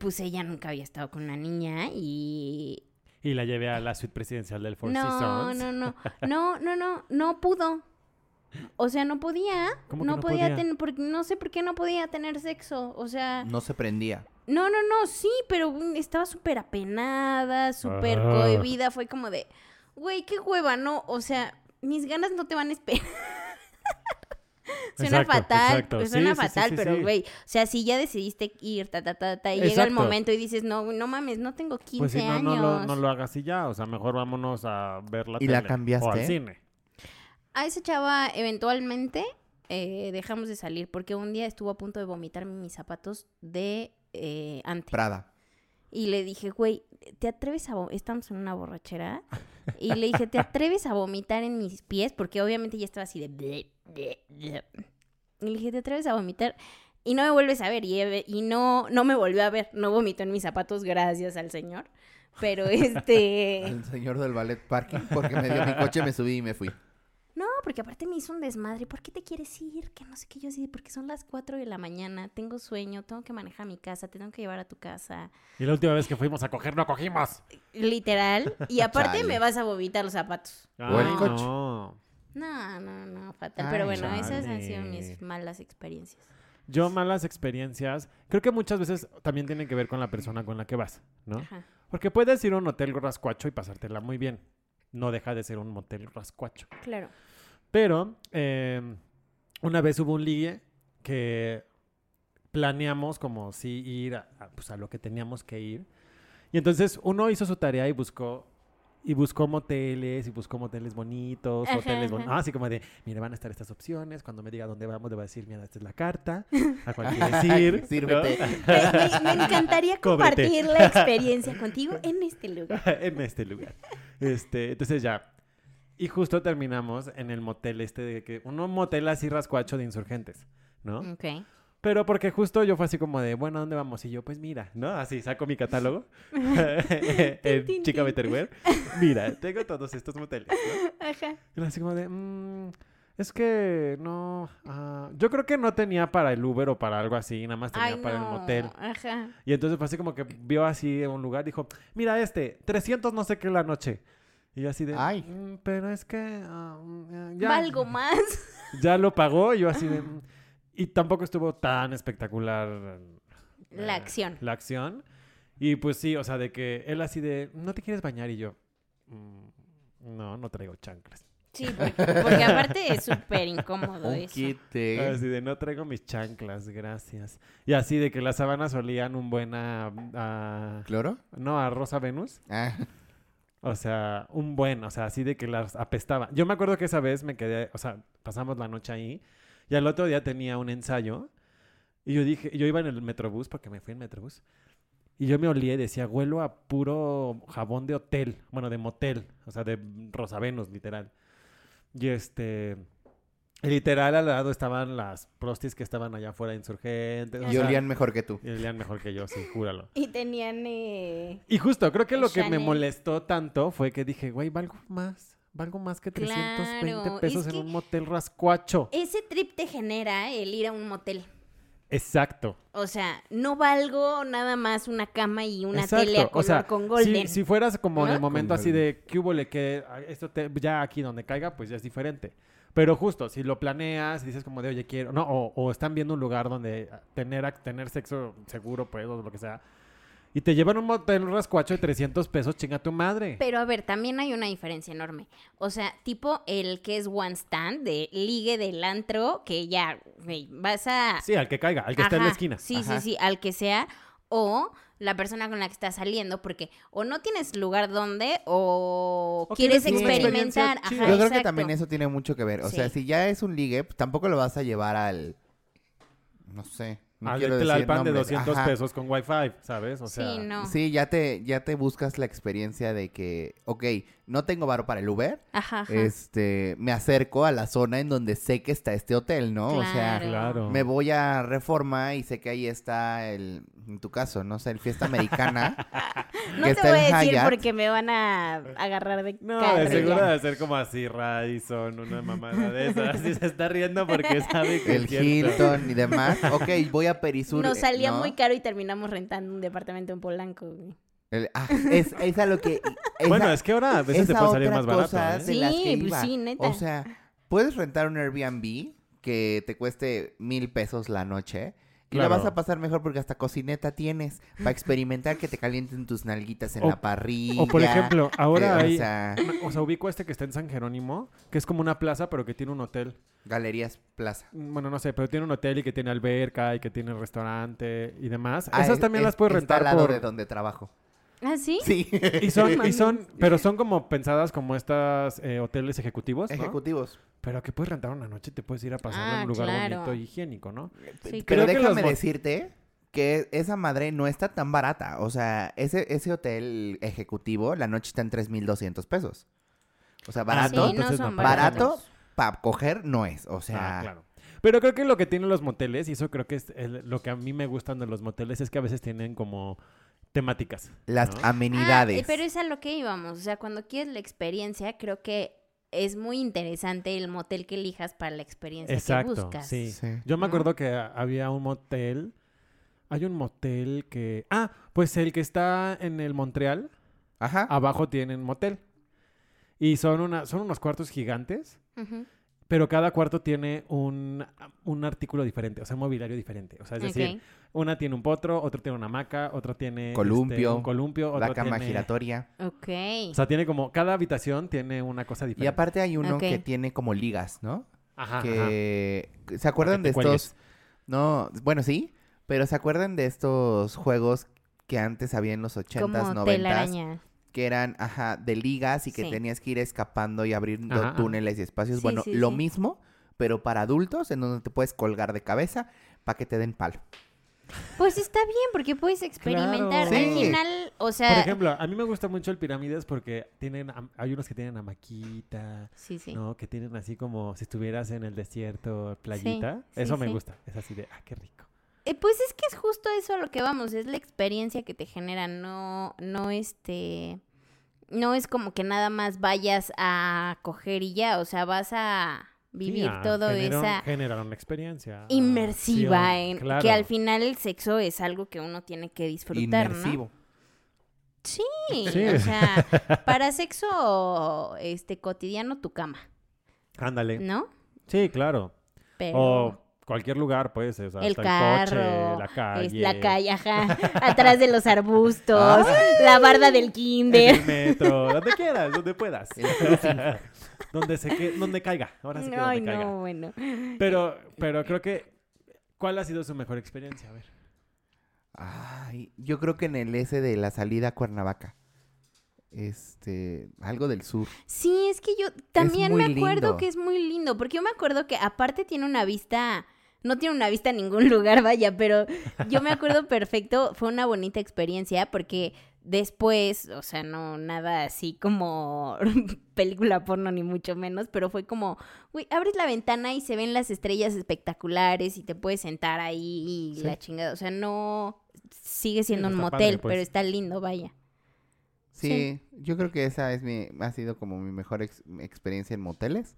[SPEAKER 4] pues ella nunca había estado con una niña y...
[SPEAKER 2] Y la llevé a la suite presidencial del Four
[SPEAKER 4] No,
[SPEAKER 2] Seasons.
[SPEAKER 4] no, no, no, no, no, no pudo. O sea, no podía,
[SPEAKER 2] ¿Cómo que
[SPEAKER 4] no,
[SPEAKER 2] no
[SPEAKER 4] podía,
[SPEAKER 2] podía?
[SPEAKER 4] tener, porque no sé por qué no podía tener sexo, o sea...
[SPEAKER 3] No se prendía.
[SPEAKER 4] No, no, no, sí, pero mm, estaba súper apenada, súper
[SPEAKER 2] Ah.
[SPEAKER 4] cohibida. Fue como de, güey, qué hueva, ¿no? O sea, mis ganas no te van a esperar. suena
[SPEAKER 2] Exacto,
[SPEAKER 4] fatal,
[SPEAKER 2] exacto.
[SPEAKER 4] pues,
[SPEAKER 2] Sí,
[SPEAKER 4] suena
[SPEAKER 2] sí, sí,
[SPEAKER 4] fatal,
[SPEAKER 2] sí,
[SPEAKER 4] pero
[SPEAKER 2] sí.
[SPEAKER 4] güey, o sea, si ya decidiste ir, ta, ta, ta, ta, y llega el
[SPEAKER 2] Exacto.
[SPEAKER 4] momento y dices, no, no mames, no tengo 15
[SPEAKER 2] Pues si no,
[SPEAKER 4] años.
[SPEAKER 2] no lo, no lo hagas y ya. O sea, mejor vámonos a ver la
[SPEAKER 3] ¿Y la
[SPEAKER 2] tele
[SPEAKER 3] cambiaste?
[SPEAKER 2] O al cine.
[SPEAKER 4] a esa chava eventualmente eh, dejamos de salir porque un día estuvo a punto de vomitar mis zapatos de eh, ante.
[SPEAKER 3] Prada.
[SPEAKER 4] Y le dije, güey, ¿te atreves a vomitar? Estamos en una borrachera. Y le dije, ¿te atreves a vomitar en mis pies? Porque obviamente ya estaba así de... ble, ble, ble. Y le dije, ¿te atreves a vomitar? Y no me vuelves a ver. Y, he- y no, no me volvió a ver. No vomitó en mis zapatos, gracias al señor. Pero este...
[SPEAKER 3] Al señor del ballet parking porque me dio mi coche, me subí y me fui.
[SPEAKER 4] No, porque aparte me hizo un desmadre. ¿Por qué te quieres ir? Que no sé qué yo así, de, porque son las 4 de la mañana, tengo sueño, tengo que manejar a mi casa, te tengo que llevar a tu casa.
[SPEAKER 2] Y la última vez que fuimos a coger, no cogimos.
[SPEAKER 4] Literal. Y aparte
[SPEAKER 3] Chale.
[SPEAKER 4] me vas a vomitar los zapatos.
[SPEAKER 3] O el
[SPEAKER 2] Ay,
[SPEAKER 3] coche.
[SPEAKER 2] no.
[SPEAKER 4] No, no, no, fatal.
[SPEAKER 3] Ay,
[SPEAKER 4] Pero bueno, esas han
[SPEAKER 2] chale.
[SPEAKER 4] sido mis malas experiencias.
[SPEAKER 2] Yo malas experiencias, creo que muchas veces también tienen que ver con la persona con la que vas, ¿no?
[SPEAKER 4] Ajá.
[SPEAKER 2] Porque puedes ir a un hotel rascuacho y pasártela muy bien. No deja de ser un motel rascuacho.
[SPEAKER 4] Claro.
[SPEAKER 2] Pero eh, una vez hubo un ligue que planeamos como si ir a, a, pues, a lo que teníamos que ir. Y entonces uno hizo su tarea y buscó y buscó moteles y buscó moteles bonitos,
[SPEAKER 4] Ajá,
[SPEAKER 2] hoteles bonitos.
[SPEAKER 4] ajá.
[SPEAKER 2] Así como de, mire, van a estar estas opciones. Cuando me diga dónde vamos, le voy a decir, mira, esta es la carta. A cuál quieres ir. ¿no?
[SPEAKER 3] Sírvete.
[SPEAKER 4] Me, me encantaría
[SPEAKER 2] Cóbrete.
[SPEAKER 4] compartir la experiencia contigo en este lugar.
[SPEAKER 2] en este lugar. Este, entonces ya. Y justo terminamos en el motel este de que un motel así rascuacho de insurgentes, ¿no?
[SPEAKER 4] Ok.
[SPEAKER 2] Pero porque justo yo fue así como de, bueno, ¿a ¿dónde vamos? Y yo, pues mira, ¿no? Así saco mi catálogo. en
[SPEAKER 4] tin,
[SPEAKER 2] Chica
[SPEAKER 4] tin.
[SPEAKER 2] Betterware. Mira, tengo todos estos moteles. ¿no?
[SPEAKER 4] Ajá.
[SPEAKER 2] Y así como de, "Mm, es que no. ah, yo creo que no tenía para el Uber o para algo así, nada más tenía
[SPEAKER 4] Ay,
[SPEAKER 2] para
[SPEAKER 4] no.
[SPEAKER 2] el motel.
[SPEAKER 4] Ajá.
[SPEAKER 2] Y entonces fue así como que vio así un lugar, dijo, mira este, 300 no sé qué la noche. Y yo así de,
[SPEAKER 3] Ay.
[SPEAKER 2] "Mm, pero es que ah, mm, ya,
[SPEAKER 4] Valgo más.
[SPEAKER 2] ya lo pagó. Y yo así de, "Mm". y tampoco estuvo tan espectacular eh,
[SPEAKER 4] La acción.
[SPEAKER 2] la acción. Y pues sí, o sea, de que él así de, no te quieres bañar y yo, "Mm, no, no traigo chanclas.
[SPEAKER 4] Sí, porque, porque aparte es súper incómodo
[SPEAKER 3] Un
[SPEAKER 4] eso.
[SPEAKER 3] quite.
[SPEAKER 2] Así de, no traigo mis chanclas, gracias. Y así de que las sábanas olían un buen a- a-
[SPEAKER 3] ¿Cloro?
[SPEAKER 2] no, a Rosa Venus.
[SPEAKER 3] Ah,
[SPEAKER 2] O sea, un buen, o sea, así de que las apestaba. Yo me acuerdo que esa vez me quedé, o sea, pasamos la noche ahí y al otro día tenía un ensayo y yo dije, yo iba en el metrobús porque me fui en metrobús y yo me olía y decía, huelo a puro jabón de hotel, bueno, de motel, o sea, de Rosavenus, literal. Y este, y literal al lado estaban las prostis que estaban allá afuera de insurgentes. o
[SPEAKER 3] y
[SPEAKER 2] sea,
[SPEAKER 3] olían mejor que tú.
[SPEAKER 2] y olían mejor que yo, sí, júralo.
[SPEAKER 4] Y tenían... eh,
[SPEAKER 2] Y justo, creo que lo que me
[SPEAKER 4] Chanel.
[SPEAKER 2] molestó tanto fue que dije, güey, valgo más. Valgo más que 320
[SPEAKER 4] Claro,
[SPEAKER 2] pesos en
[SPEAKER 4] es que-
[SPEAKER 2] un motel rascuacho.
[SPEAKER 4] Ese trip te genera el ir a un motel.
[SPEAKER 2] Exacto.
[SPEAKER 4] O sea, no valgo nada más una cama y una
[SPEAKER 2] exacto.
[SPEAKER 4] tele a color
[SPEAKER 2] o sea,
[SPEAKER 4] con
[SPEAKER 2] si-
[SPEAKER 4] golden.
[SPEAKER 2] Si, fueras como en
[SPEAKER 4] ¿No?
[SPEAKER 2] el momento
[SPEAKER 3] Con
[SPEAKER 2] así
[SPEAKER 3] golden.
[SPEAKER 2] de que hubole que ah, esto te- ya aquí donde caiga, pues ya es diferente. Pero justo, si lo planeas, dices como de, oye, quiero, no, o, o están viendo un lugar donde ah, tener, ac- tener sexo seguro, pues, o lo que sea, y te llevan a un motel rascuacho de 300 pesos, chinga tu madre.
[SPEAKER 4] Pero a ver, también hay una diferencia enorme. O sea, tipo el que es one stand de ligue del antro, que ya güey, vas a.
[SPEAKER 2] Sí, al que caiga, al que está en la
[SPEAKER 4] Ajá,
[SPEAKER 2] esquina.
[SPEAKER 4] Sí,
[SPEAKER 3] Ajá.
[SPEAKER 4] sí, sí, al que sea. O la persona con la que estás saliendo, porque o no tienes lugar donde, o,
[SPEAKER 2] O
[SPEAKER 4] quieres
[SPEAKER 2] quieres una
[SPEAKER 4] experimentar.
[SPEAKER 2] experiencia
[SPEAKER 4] Ajá,
[SPEAKER 2] chida.
[SPEAKER 3] Yo creo que
[SPEAKER 4] Ah, exacto.
[SPEAKER 3] también eso tiene mucho que ver. O sea,
[SPEAKER 4] Sí.
[SPEAKER 3] si ya es un ligue, pues, tampoco lo vas a llevar al. No sé. No
[SPEAKER 2] al
[SPEAKER 3] quiero
[SPEAKER 2] de
[SPEAKER 3] decir
[SPEAKER 2] Tlalpan de
[SPEAKER 3] nombres.
[SPEAKER 2] 200
[SPEAKER 3] Ajá.
[SPEAKER 2] pesos con Wi-Fi, ¿sabes? O sea,
[SPEAKER 4] Sí, no.
[SPEAKER 3] Sí, ya te, ya te buscas la experiencia de que, ok, no tengo varo para el Uber,
[SPEAKER 4] Ajá. ajá.
[SPEAKER 3] este, me acerco a la zona en donde sé que está este hotel, ¿no? O sea,
[SPEAKER 2] Claro.
[SPEAKER 3] me voy a Reforma y sé que ahí está el, en tu caso, no sé, el Fiesta Americana.
[SPEAKER 4] No
[SPEAKER 3] que
[SPEAKER 4] te
[SPEAKER 3] está
[SPEAKER 4] voy
[SPEAKER 3] en
[SPEAKER 4] a decir
[SPEAKER 3] Hyatt.
[SPEAKER 4] porque me van a agarrar de
[SPEAKER 2] No,
[SPEAKER 4] cara.
[SPEAKER 2] de seguro debe ser como así Radisson, una mamada de esas. Así se está riendo porque sabe que
[SPEAKER 3] el
[SPEAKER 2] es cierto.
[SPEAKER 3] Hilton y demás. Ok, voy a Perisur.
[SPEAKER 4] Nos
[SPEAKER 3] eh,
[SPEAKER 4] salía
[SPEAKER 3] ¿no?
[SPEAKER 4] muy caro y terminamos rentando un departamento en Polanco. güey.
[SPEAKER 3] El- ah, es, es a lo que... esa-
[SPEAKER 2] Bueno, es que ahora a veces te
[SPEAKER 3] esa
[SPEAKER 2] puede salir
[SPEAKER 3] otra
[SPEAKER 2] más barato.
[SPEAKER 3] cosa
[SPEAKER 2] ¿eh?
[SPEAKER 3] de las que
[SPEAKER 4] Sí, pues
[SPEAKER 3] iba.
[SPEAKER 4] sí, neta.
[SPEAKER 3] O sea, puedes rentar un Airbnb que te cueste mil pesos la noche. Y la
[SPEAKER 2] Claro.
[SPEAKER 3] vas a pasar mejor porque hasta cocineta tienes para experimentar que te calienten tus nalguitas en
[SPEAKER 2] O-
[SPEAKER 3] la parrilla.
[SPEAKER 2] O por ejemplo, ahora
[SPEAKER 3] eh,
[SPEAKER 2] hay.
[SPEAKER 3] O sea,
[SPEAKER 2] O sea, ubico este que está en San Jerónimo, que es como una plaza, pero que tiene un hotel.
[SPEAKER 3] galerías plaza.
[SPEAKER 2] Bueno, no sé, pero tiene un hotel y que tiene alberca y que tiene restaurante y demás.
[SPEAKER 3] Ah,
[SPEAKER 2] Esas
[SPEAKER 3] es-
[SPEAKER 2] también
[SPEAKER 3] es-
[SPEAKER 2] las puedes
[SPEAKER 3] está
[SPEAKER 2] rentar
[SPEAKER 3] al lado
[SPEAKER 2] por.
[SPEAKER 3] de donde trabajo.
[SPEAKER 4] ¿Ah, sí?
[SPEAKER 3] Sí.
[SPEAKER 2] Y son, y
[SPEAKER 4] mames.
[SPEAKER 2] son, pero son como pensadas como estas eh, hoteles ejecutivos, ¿no?
[SPEAKER 3] Ejecutivos.
[SPEAKER 2] Pero que puedes rentar una noche y te puedes ir a pasar a
[SPEAKER 4] Ah,
[SPEAKER 2] un lugar
[SPEAKER 4] claro.
[SPEAKER 2] bonito y higiénico, ¿no?
[SPEAKER 4] Sí,
[SPEAKER 3] Pero
[SPEAKER 2] Creo que los
[SPEAKER 3] déjame
[SPEAKER 2] mot-
[SPEAKER 3] decirte que esa madre no está tan barata. O sea, ese, ese hotel ejecutivo, la noche está en 3,200 pesos. O sea,
[SPEAKER 2] Ah,
[SPEAKER 3] barato,
[SPEAKER 2] sí, no. entonces no
[SPEAKER 4] son
[SPEAKER 3] barato
[SPEAKER 4] baratos.
[SPEAKER 3] para coger no es. O sea,
[SPEAKER 2] Ah, claro. Pero creo que lo que tienen los moteles, y eso creo que es el- lo que a mí me gustan de los moteles, es que a veces tienen como temáticas.
[SPEAKER 3] las
[SPEAKER 2] ¿no?
[SPEAKER 3] amenidades.
[SPEAKER 4] Ah, eh, pero es a lo que íbamos. O sea, cuando quieres la experiencia, creo que es muy interesante el motel que elijas para la experiencia
[SPEAKER 2] Exacto,
[SPEAKER 4] que buscas.
[SPEAKER 2] sí.
[SPEAKER 3] Sí.
[SPEAKER 2] Yo me
[SPEAKER 4] ¿no?
[SPEAKER 2] acuerdo que a- había un motel. Hay un motel que. Ah, pues el que está en el Montreal,
[SPEAKER 3] Ajá.
[SPEAKER 2] abajo tienen motel. Y son, una, son unos cuartos gigantes,
[SPEAKER 4] Ujú.
[SPEAKER 2] pero cada cuarto tiene un, un artículo diferente, o sea, un mobiliario diferente. O sea, es decir,
[SPEAKER 4] Ok.
[SPEAKER 2] una tiene un potro, otro tiene una hamaca, otro tiene este,
[SPEAKER 3] Columpio,
[SPEAKER 2] un columpio, otro
[SPEAKER 3] la cama
[SPEAKER 2] tiene-
[SPEAKER 3] giratoria.
[SPEAKER 4] Ok.
[SPEAKER 2] O sea, tiene como, cada habitación tiene una cosa
[SPEAKER 3] Y
[SPEAKER 2] diferente.
[SPEAKER 3] aparte hay uno
[SPEAKER 4] Ok.
[SPEAKER 3] que tiene como ligas, ¿no?
[SPEAKER 2] Ajá, ajá.
[SPEAKER 3] que se acuerdan
[SPEAKER 2] Para
[SPEAKER 3] de
[SPEAKER 2] que te
[SPEAKER 3] estos no bueno sí pero se acuerdan de estos juegos que antes había en los 80s
[SPEAKER 4] Como
[SPEAKER 3] 90s
[SPEAKER 4] telaraña.
[SPEAKER 3] que eran ajá de ligas y que
[SPEAKER 4] Sí.
[SPEAKER 3] tenías que ir escapando y abriendo
[SPEAKER 2] Ajá, ajá.
[SPEAKER 3] túneles y espacios
[SPEAKER 4] Sí,
[SPEAKER 3] bueno
[SPEAKER 4] sí,
[SPEAKER 3] lo
[SPEAKER 4] sí.
[SPEAKER 3] mismo pero para adultos en donde te puedes colgar de cabeza para que te den palo
[SPEAKER 4] Pues está bien, porque puedes experimentar.
[SPEAKER 2] Claro.
[SPEAKER 4] Al
[SPEAKER 3] Sí.
[SPEAKER 4] final, o sea.
[SPEAKER 2] Por ejemplo, a mí me gusta mucho el pirámides porque tienen, am- hay unos que tienen hamaquita,
[SPEAKER 4] sí, sí.
[SPEAKER 2] ¿no? Que tienen así como si estuvieras en el desierto, playita.
[SPEAKER 4] sí,
[SPEAKER 2] Eso me
[SPEAKER 4] sí.
[SPEAKER 2] gusta. Es así de, ah, qué rico.
[SPEAKER 4] Eh, pues es que es justo eso a lo que vamos, es la experiencia que te genera, no, no este, no es como que nada más vayas a coger y ya, o sea, vas a vivir
[SPEAKER 2] Sí, ah,
[SPEAKER 4] todo
[SPEAKER 2] genera un-
[SPEAKER 4] esa
[SPEAKER 2] Genera una experiencia.
[SPEAKER 4] inmersiva,
[SPEAKER 2] acción,
[SPEAKER 4] en,
[SPEAKER 2] claro.
[SPEAKER 4] que al final el sexo es algo que uno tiene que disfrutar, ¿no?
[SPEAKER 3] inmersivo
[SPEAKER 4] Sí,
[SPEAKER 2] Sí.
[SPEAKER 4] o sea, para sexo este cotidiano tu cama,
[SPEAKER 2] Ándale.
[SPEAKER 4] ¿no?
[SPEAKER 2] Sí, claro.
[SPEAKER 4] Pero
[SPEAKER 2] O cualquier lugar, pues. o sea,
[SPEAKER 4] el
[SPEAKER 2] hasta
[SPEAKER 4] carro,
[SPEAKER 2] coche, la
[SPEAKER 4] es
[SPEAKER 2] calle.
[SPEAKER 4] la calle, ajá, atrás de los arbustos,
[SPEAKER 3] Ah.
[SPEAKER 4] la barda del kinder.
[SPEAKER 2] En el metro, donde quieras, donde puedas.
[SPEAKER 3] El cruising.
[SPEAKER 2] donde, se que- donde caiga. Ahora sí que
[SPEAKER 4] Ay,
[SPEAKER 2] donde caiga.
[SPEAKER 4] no, Eh, bueno.
[SPEAKER 2] Pero, pero creo que. ¿Cuál ha sido su mejor experiencia? A ver.
[SPEAKER 3] Ay, yo creo que en el S de la salida a Cuernavaca este algo del sur
[SPEAKER 4] Sí, es que yo también me
[SPEAKER 3] muy
[SPEAKER 4] acuerdo
[SPEAKER 3] lindo.
[SPEAKER 4] que es muy lindo, porque yo me acuerdo que aparte tiene una vista, no tiene una vista en ningún lugar, vaya, pero yo me acuerdo perfecto, fue una bonita experiencia porque después, o sea, no nada así como película porno ni mucho menos, pero fue como, güey, abres la ventana y se ven las estrellas espectaculares y te puedes sentar ahí y
[SPEAKER 2] Sí.
[SPEAKER 4] la chingada, o sea, no sigue siendo
[SPEAKER 2] no
[SPEAKER 4] un
[SPEAKER 2] está
[SPEAKER 4] motel,
[SPEAKER 2] padre, pues.
[SPEAKER 4] pero está lindo, vaya.
[SPEAKER 3] Sí, yo creo que esa es mi, ha sido como mi mejor ex- experiencia en moteles,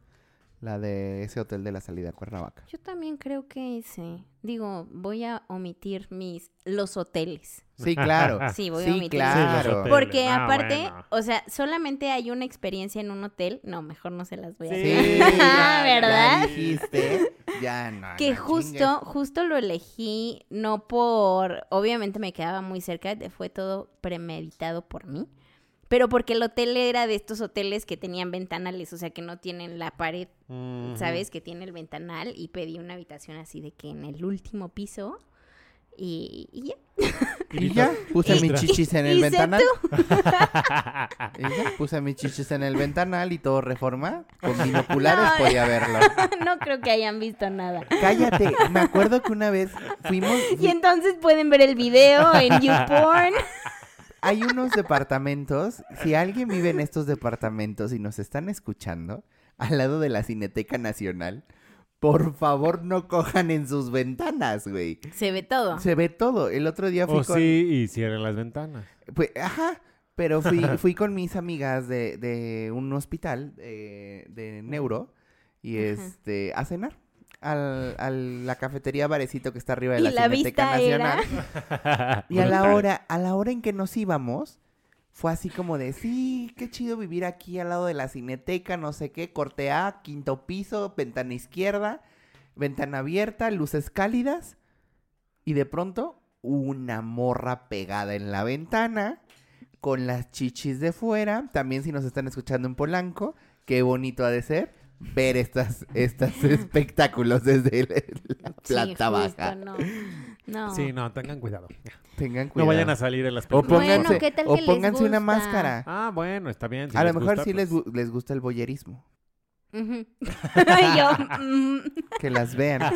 [SPEAKER 3] la de ese hotel de la salida a Cuernavaca.
[SPEAKER 4] Yo también creo que ese. Digo, voy a omitir mis los hoteles.
[SPEAKER 3] Sí, claro.
[SPEAKER 4] Sí, voy a
[SPEAKER 3] sí,
[SPEAKER 4] omitir.
[SPEAKER 2] Ah, Sí, los
[SPEAKER 3] claro.
[SPEAKER 2] hoteles.
[SPEAKER 4] Porque
[SPEAKER 2] Ah,
[SPEAKER 4] aparte,
[SPEAKER 2] bueno.
[SPEAKER 4] o sea, solamente hay una experiencia en un hotel. No, mejor no se las voy a
[SPEAKER 2] Sí.
[SPEAKER 4] decir.
[SPEAKER 3] Sí,
[SPEAKER 4] Ah, ¿verdad?
[SPEAKER 3] Ya dijiste, ya no.
[SPEAKER 4] Que
[SPEAKER 3] no
[SPEAKER 4] justo, justo lo elegí, no por, obviamente me quedaba muy cerca, de- fue todo premeditado por mí, pero porque el hotel era de estos hoteles que tenían ventanales, o sea, que no tienen la pared,
[SPEAKER 2] Mm.
[SPEAKER 4] ¿sabes? Que tiene el ventanal y pedí una habitación así de que en el último piso y, y ya.
[SPEAKER 3] chingues. Y ya puse
[SPEAKER 4] Y-
[SPEAKER 3] mis chichis en el
[SPEAKER 4] y
[SPEAKER 3] ventanal. Y ya puse mis chichis en el ventanal y todo reforma. Con binoculares
[SPEAKER 4] No.
[SPEAKER 3] podía verlo.
[SPEAKER 4] no creo que hayan visto nada.
[SPEAKER 3] Cállate, me acuerdo que una vez fuimos.
[SPEAKER 4] Y entonces pueden ver el video en YouPorn.
[SPEAKER 3] Hay unos departamentos, si alguien vive en estos departamentos y nos están escuchando, al lado de la Cineteca Nacional, por favor no cojan en sus ventanas, güey.
[SPEAKER 4] Se ve todo.
[SPEAKER 3] Se ve todo. El otro día fui
[SPEAKER 2] O
[SPEAKER 3] con...
[SPEAKER 2] sí, y cierren las ventanas.
[SPEAKER 3] fue- ajá, pero fui, fui con mis amigas de, de un hospital eh, de neuro y
[SPEAKER 4] Ajá.
[SPEAKER 3] este a cenar. Al, a la cafetería Barecito que está arriba de
[SPEAKER 4] Y
[SPEAKER 3] la,
[SPEAKER 4] la
[SPEAKER 3] Cineteca
[SPEAKER 4] vista era-
[SPEAKER 3] Nacional. Y a la hora, a la hora en que nos íbamos, fue así como de, sí, qué chido vivir aquí al lado de la cineteca, no sé qué, corte A, quinto piso, ventana izquierda, ventana abierta, luces cálidas. Y de pronto, una morra pegada en la ventana, con las chichis de fuera. También si nos están escuchando en Polanco, qué bonito ha de ser ver estas, estas espectáculos desde el- la
[SPEAKER 4] Sí,
[SPEAKER 3] planta
[SPEAKER 4] justo,
[SPEAKER 3] baja.
[SPEAKER 4] no. No.
[SPEAKER 2] Sí, no, tengan cuidado.
[SPEAKER 3] Tengan
[SPEAKER 2] No
[SPEAKER 3] cuidado.
[SPEAKER 2] vayan a salir en las
[SPEAKER 3] O
[SPEAKER 2] películas.
[SPEAKER 3] pónganse,
[SPEAKER 4] Bueno, ¿qué tal
[SPEAKER 3] o
[SPEAKER 4] que les
[SPEAKER 3] pónganse una
[SPEAKER 4] gusta?
[SPEAKER 3] máscara.
[SPEAKER 2] Ah, bueno, está bien. si
[SPEAKER 3] a lo
[SPEAKER 2] les
[SPEAKER 3] mejor
[SPEAKER 2] gusta,
[SPEAKER 3] sí les,
[SPEAKER 2] pues.
[SPEAKER 3] gu- les gusta el boyerismo.
[SPEAKER 4] Ujú. Yo, mm,
[SPEAKER 3] Que las vean.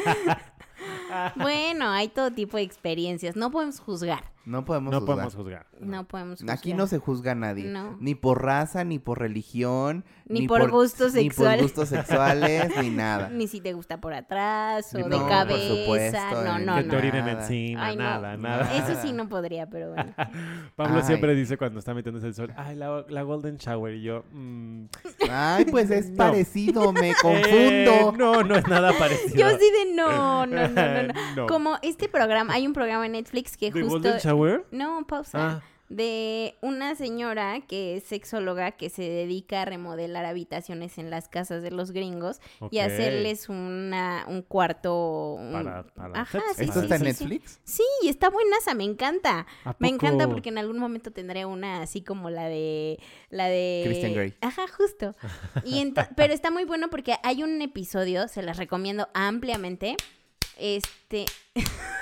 [SPEAKER 4] bueno, hay todo tipo de experiencias. No podemos juzgar.
[SPEAKER 3] No podemos
[SPEAKER 2] No
[SPEAKER 3] juzgar.
[SPEAKER 2] podemos juzgar.
[SPEAKER 4] No podemos juzgar.
[SPEAKER 3] Aquí no se juzga a nadie.
[SPEAKER 4] No.
[SPEAKER 3] Ni por raza, ni por religión.
[SPEAKER 4] Ni por gustos
[SPEAKER 3] Ni
[SPEAKER 4] sexuales.
[SPEAKER 3] por gustos sexuales, ni nada.
[SPEAKER 4] Ni si te gusta por atrás o
[SPEAKER 3] Ni
[SPEAKER 4] de
[SPEAKER 3] por-
[SPEAKER 4] cabeza.
[SPEAKER 3] por supuesto,
[SPEAKER 4] no,
[SPEAKER 3] ni-
[SPEAKER 4] no,
[SPEAKER 2] que
[SPEAKER 4] no.
[SPEAKER 2] te orinen
[SPEAKER 3] nada.
[SPEAKER 2] encima,
[SPEAKER 4] Ay, no.
[SPEAKER 2] nada, nada.
[SPEAKER 4] Eso sí no podría, pero bueno.
[SPEAKER 2] Pablo
[SPEAKER 3] Ay.
[SPEAKER 2] siempre dice cuando está metiéndose el sol, ay, la, la golden shower. Y yo, mm,
[SPEAKER 3] Ay, pues es
[SPEAKER 2] No.
[SPEAKER 3] parecido, me
[SPEAKER 2] eh,
[SPEAKER 3] confundo.
[SPEAKER 2] no, no es nada parecido.
[SPEAKER 4] Yo sí de no, no, no, no, no.
[SPEAKER 2] No.
[SPEAKER 4] Como este programa, hay un programa en Netflix que
[SPEAKER 2] ¿De
[SPEAKER 4] justo...
[SPEAKER 2] golden shower?
[SPEAKER 4] No, pausa.
[SPEAKER 2] Ah.
[SPEAKER 4] De una señora que es sexóloga que se dedica a remodelar habitaciones en las casas de los gringos y
[SPEAKER 2] Ok.
[SPEAKER 4] hacerles una, un cuarto... un-
[SPEAKER 2] Para- para
[SPEAKER 4] Ajá,
[SPEAKER 2] sexo.
[SPEAKER 4] sí,
[SPEAKER 3] ¿Esto
[SPEAKER 4] sí,
[SPEAKER 3] está en
[SPEAKER 4] sí, sí.
[SPEAKER 3] Netflix?
[SPEAKER 4] Sí, está buenaza, me encanta.
[SPEAKER 2] ¿A
[SPEAKER 4] Me encanta
[SPEAKER 2] poco?
[SPEAKER 4] porque en algún momento tendré una así como la de la de
[SPEAKER 3] Christian Grey.
[SPEAKER 4] Ajá, justo. Y ento- pero está muy bueno porque hay un episodio, se las recomiendo ampliamente. Este,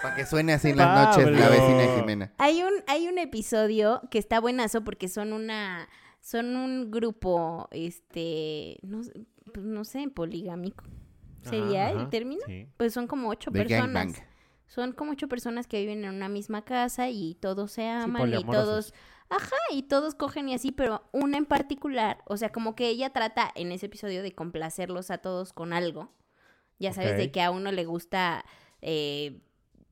[SPEAKER 3] Para que suene así en las
[SPEAKER 2] Pablo.
[SPEAKER 3] noches la vecina Jimena.
[SPEAKER 4] hay un hay un episodio que está buenazo porque son una son un grupo este no, sé, pues, no sé, poligámico. ¿Sería
[SPEAKER 2] Ajá,
[SPEAKER 4] el
[SPEAKER 2] ajá,
[SPEAKER 4] término?
[SPEAKER 2] sí.
[SPEAKER 4] Pues son como ocho
[SPEAKER 3] De
[SPEAKER 4] personas.
[SPEAKER 3] gangbang.
[SPEAKER 4] son como ocho personas que viven en una misma casa y todos se aman y
[SPEAKER 2] poliamorosos.
[SPEAKER 4] todos, ajá, y todos cogen y así, pero una en particular, o sea, como que ella trata en ese episodio de complacerlos a todos con algo. Ya sabes, de
[SPEAKER 2] Ok.
[SPEAKER 4] que a uno le gusta, eh,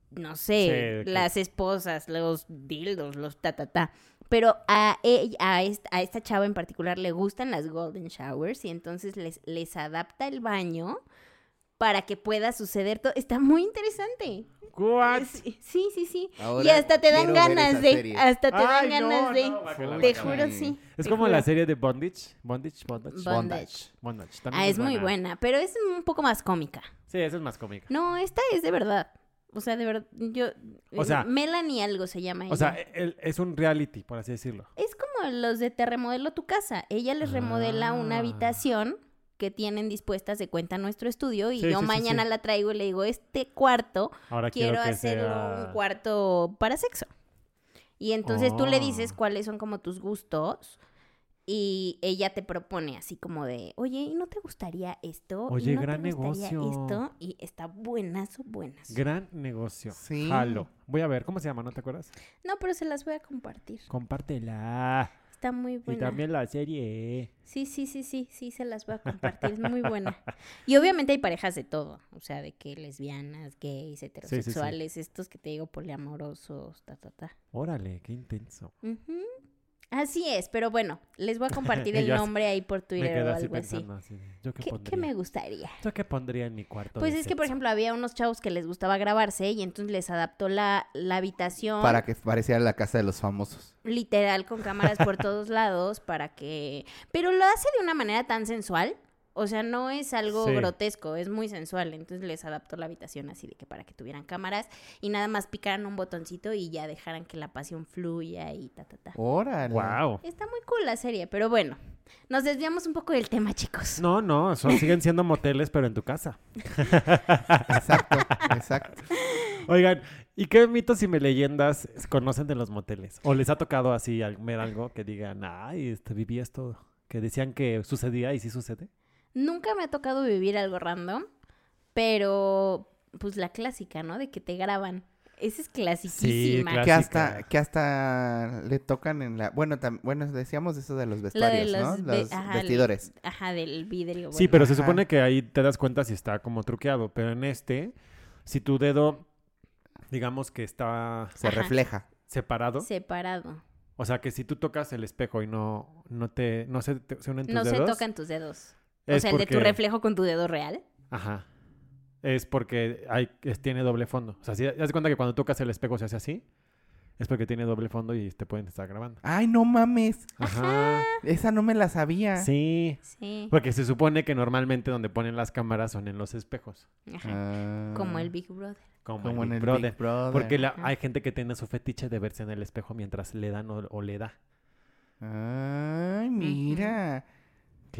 [SPEAKER 4] no sé,
[SPEAKER 2] Sí, que-
[SPEAKER 4] las esposas, los dildos, los ta, ta, ta. Pero a, ella- a, est- a esta chava en particular le gustan las golden showers y entonces les, les adapta el baño para que pueda suceder todo. Está muy interesante.
[SPEAKER 2] What?
[SPEAKER 4] Sí, sí, sí. sí. y
[SPEAKER 3] Ahora
[SPEAKER 4] hasta te dan
[SPEAKER 3] quiero ver
[SPEAKER 4] ganas
[SPEAKER 3] esa
[SPEAKER 4] de.
[SPEAKER 3] serie.
[SPEAKER 4] Hasta te
[SPEAKER 2] Ay,
[SPEAKER 4] dan
[SPEAKER 2] no,
[SPEAKER 4] ganas
[SPEAKER 2] no,
[SPEAKER 4] de.
[SPEAKER 2] guácala,
[SPEAKER 4] te
[SPEAKER 2] guácala.
[SPEAKER 4] juro, sí.
[SPEAKER 2] Es
[SPEAKER 4] te
[SPEAKER 2] como
[SPEAKER 4] juro.
[SPEAKER 2] la serie de Bondage. Bondage, Bondage.
[SPEAKER 4] Bondage.
[SPEAKER 2] Bondage. también
[SPEAKER 4] Ah, es muy buena, pero es un poco más cómica.
[SPEAKER 2] Sí, esa es más cómica.
[SPEAKER 4] No, esta es de verdad. O sea, de verdad, yo... eh,
[SPEAKER 2] O sea-
[SPEAKER 4] Melanie algo se llama ella.
[SPEAKER 2] O sea, el- es un reality, por así decirlo.
[SPEAKER 4] es como los de Te remodelo tu casa. Ella les remodela una
[SPEAKER 2] Ah.
[SPEAKER 4] habitación que tienen dispuestas de cuenta en nuestro estudio y
[SPEAKER 2] Sí,
[SPEAKER 4] yo
[SPEAKER 2] sí, sí,
[SPEAKER 4] mañana
[SPEAKER 2] sí.
[SPEAKER 4] la traigo y le digo, este cuarto
[SPEAKER 2] Ahora quiero,
[SPEAKER 4] quiero
[SPEAKER 2] que
[SPEAKER 4] hacerlo
[SPEAKER 2] sea...
[SPEAKER 4] un cuarto para sexo. Y entonces tú le dices
[SPEAKER 2] Oh.
[SPEAKER 4] cuáles son como tus gustos y ella te propone así como de, oye, ¿y no te gustaría esto? ¿Y
[SPEAKER 2] Oye,
[SPEAKER 4] no te
[SPEAKER 2] gran
[SPEAKER 4] gustaría
[SPEAKER 2] negocio.
[SPEAKER 4] Esto? Y está buenazo, buenazo.
[SPEAKER 2] Gran negocio.
[SPEAKER 3] Sí.
[SPEAKER 2] Jalo. Voy a ver, ¿cómo se llama? ¿No te acuerdas?
[SPEAKER 4] no, pero se las voy a compartir.
[SPEAKER 2] Compártela.
[SPEAKER 4] Está muy
[SPEAKER 2] Y
[SPEAKER 4] buena.
[SPEAKER 2] también la serie. E.
[SPEAKER 4] Sí, sí, sí, sí, sí, se las voy a compartir. Es muy buena. Y obviamente hay parejas de todo. O sea, de que lesbianas, gays,
[SPEAKER 2] sí.
[SPEAKER 4] heterosexuales, estos que te digo poliamorosos, ta, ta, ta.
[SPEAKER 2] Órale, qué intenso.
[SPEAKER 4] Ujú. Así es, pero bueno, les voy a compartir
[SPEAKER 2] Y
[SPEAKER 4] el
[SPEAKER 2] yo así-
[SPEAKER 4] nombre ahí por
[SPEAKER 2] Me
[SPEAKER 4] Twitter
[SPEAKER 2] quedo
[SPEAKER 4] o
[SPEAKER 2] así
[SPEAKER 4] algo así.
[SPEAKER 2] pensando así. de, ¿Yo qué,
[SPEAKER 4] ¿Qué, qué
[SPEAKER 2] pondría?
[SPEAKER 4] me gustaría?
[SPEAKER 2] ¿Yo qué pondría en mi cuarto?
[SPEAKER 4] Pues
[SPEAKER 2] de
[SPEAKER 4] es que, por
[SPEAKER 2] sexo?
[SPEAKER 4] ejemplo, había unos chavos que les gustaba grabarse y entonces les adaptó la, la habitación
[SPEAKER 3] Para que pareciera la casa de los famosos.
[SPEAKER 4] literal con cámaras por todos lados para que... Pero lo hace de una manera tan sensual. O sea, no es algo
[SPEAKER 2] Sí.
[SPEAKER 4] grotesco, es muy sensual. Entonces les adaptó la habitación así de que para que tuvieran cámaras y nada más picaran un botoncito y ya dejaran que la pasión fluya y ta, ta, ta.
[SPEAKER 3] Órale.
[SPEAKER 2] Wow.
[SPEAKER 4] Está muy cool la serie, pero bueno, nos desviamos un poco del tema, chicos.
[SPEAKER 2] No, no, son, siguen siendo moteles, pero en tu casa.
[SPEAKER 3] Exacto, exacto.
[SPEAKER 2] Oigan, ¿y qué mitos y me leyendas conocen de los moteles? ¿O les ha tocado así al- ver algo que digan, ay, este, viví esto, que decían que sucedía y sí sucede?
[SPEAKER 4] Nunca me ha tocado vivir algo random, pero pues la clásica, ¿no? De que te graban. Esa es clasiquísima.
[SPEAKER 2] claro.
[SPEAKER 3] Que hasta,
[SPEAKER 2] Clásica.
[SPEAKER 3] que hasta le tocan en la... Bueno, tam- bueno decíamos eso de
[SPEAKER 4] Lo
[SPEAKER 3] los
[SPEAKER 4] de
[SPEAKER 3] vestuarios,
[SPEAKER 4] los
[SPEAKER 3] ¿no?
[SPEAKER 4] ve-
[SPEAKER 3] Los
[SPEAKER 4] ajá, el-
[SPEAKER 3] vestidores.
[SPEAKER 4] Ajá, del vidrio.
[SPEAKER 2] sí,
[SPEAKER 4] bueno.
[SPEAKER 2] pero se
[SPEAKER 3] ajá.
[SPEAKER 2] supone que ahí te das cuenta si está como truqueado, pero en este, si tu dedo, digamos que está
[SPEAKER 3] Se
[SPEAKER 4] Ajá.
[SPEAKER 3] refleja.
[SPEAKER 2] separado,
[SPEAKER 4] Separado.
[SPEAKER 2] o sea que si tú tocas el espejo y no, no te, no se, te- se unen tus
[SPEAKER 4] No
[SPEAKER 2] dedos.
[SPEAKER 4] se tocan tus dedos. O
[SPEAKER 2] es
[SPEAKER 4] sea, el de tu
[SPEAKER 2] porque-
[SPEAKER 4] reflejo con tu dedo real.
[SPEAKER 2] Ajá. Es porque hay, es- tiene doble fondo. O sea, si das cuenta que cuando tocas el espejo se hace así, es porque tiene doble fondo y te pueden estar grabando.
[SPEAKER 3] Ay, no mames.
[SPEAKER 2] Ajá.
[SPEAKER 4] Ah.
[SPEAKER 3] Esa no me la sabía.
[SPEAKER 2] Sí.
[SPEAKER 4] Sí.
[SPEAKER 2] Porque se supone que normalmente donde ponen las cámaras son en los espejos.
[SPEAKER 4] Ajá.
[SPEAKER 3] Ah.
[SPEAKER 4] Como el Big Brother.
[SPEAKER 2] Como,
[SPEAKER 3] Como
[SPEAKER 2] en el Big Brother. Porque la- hay gente que tiene su fetiche de verse en el espejo mientras le dan o, o le da.
[SPEAKER 3] Ay, mira.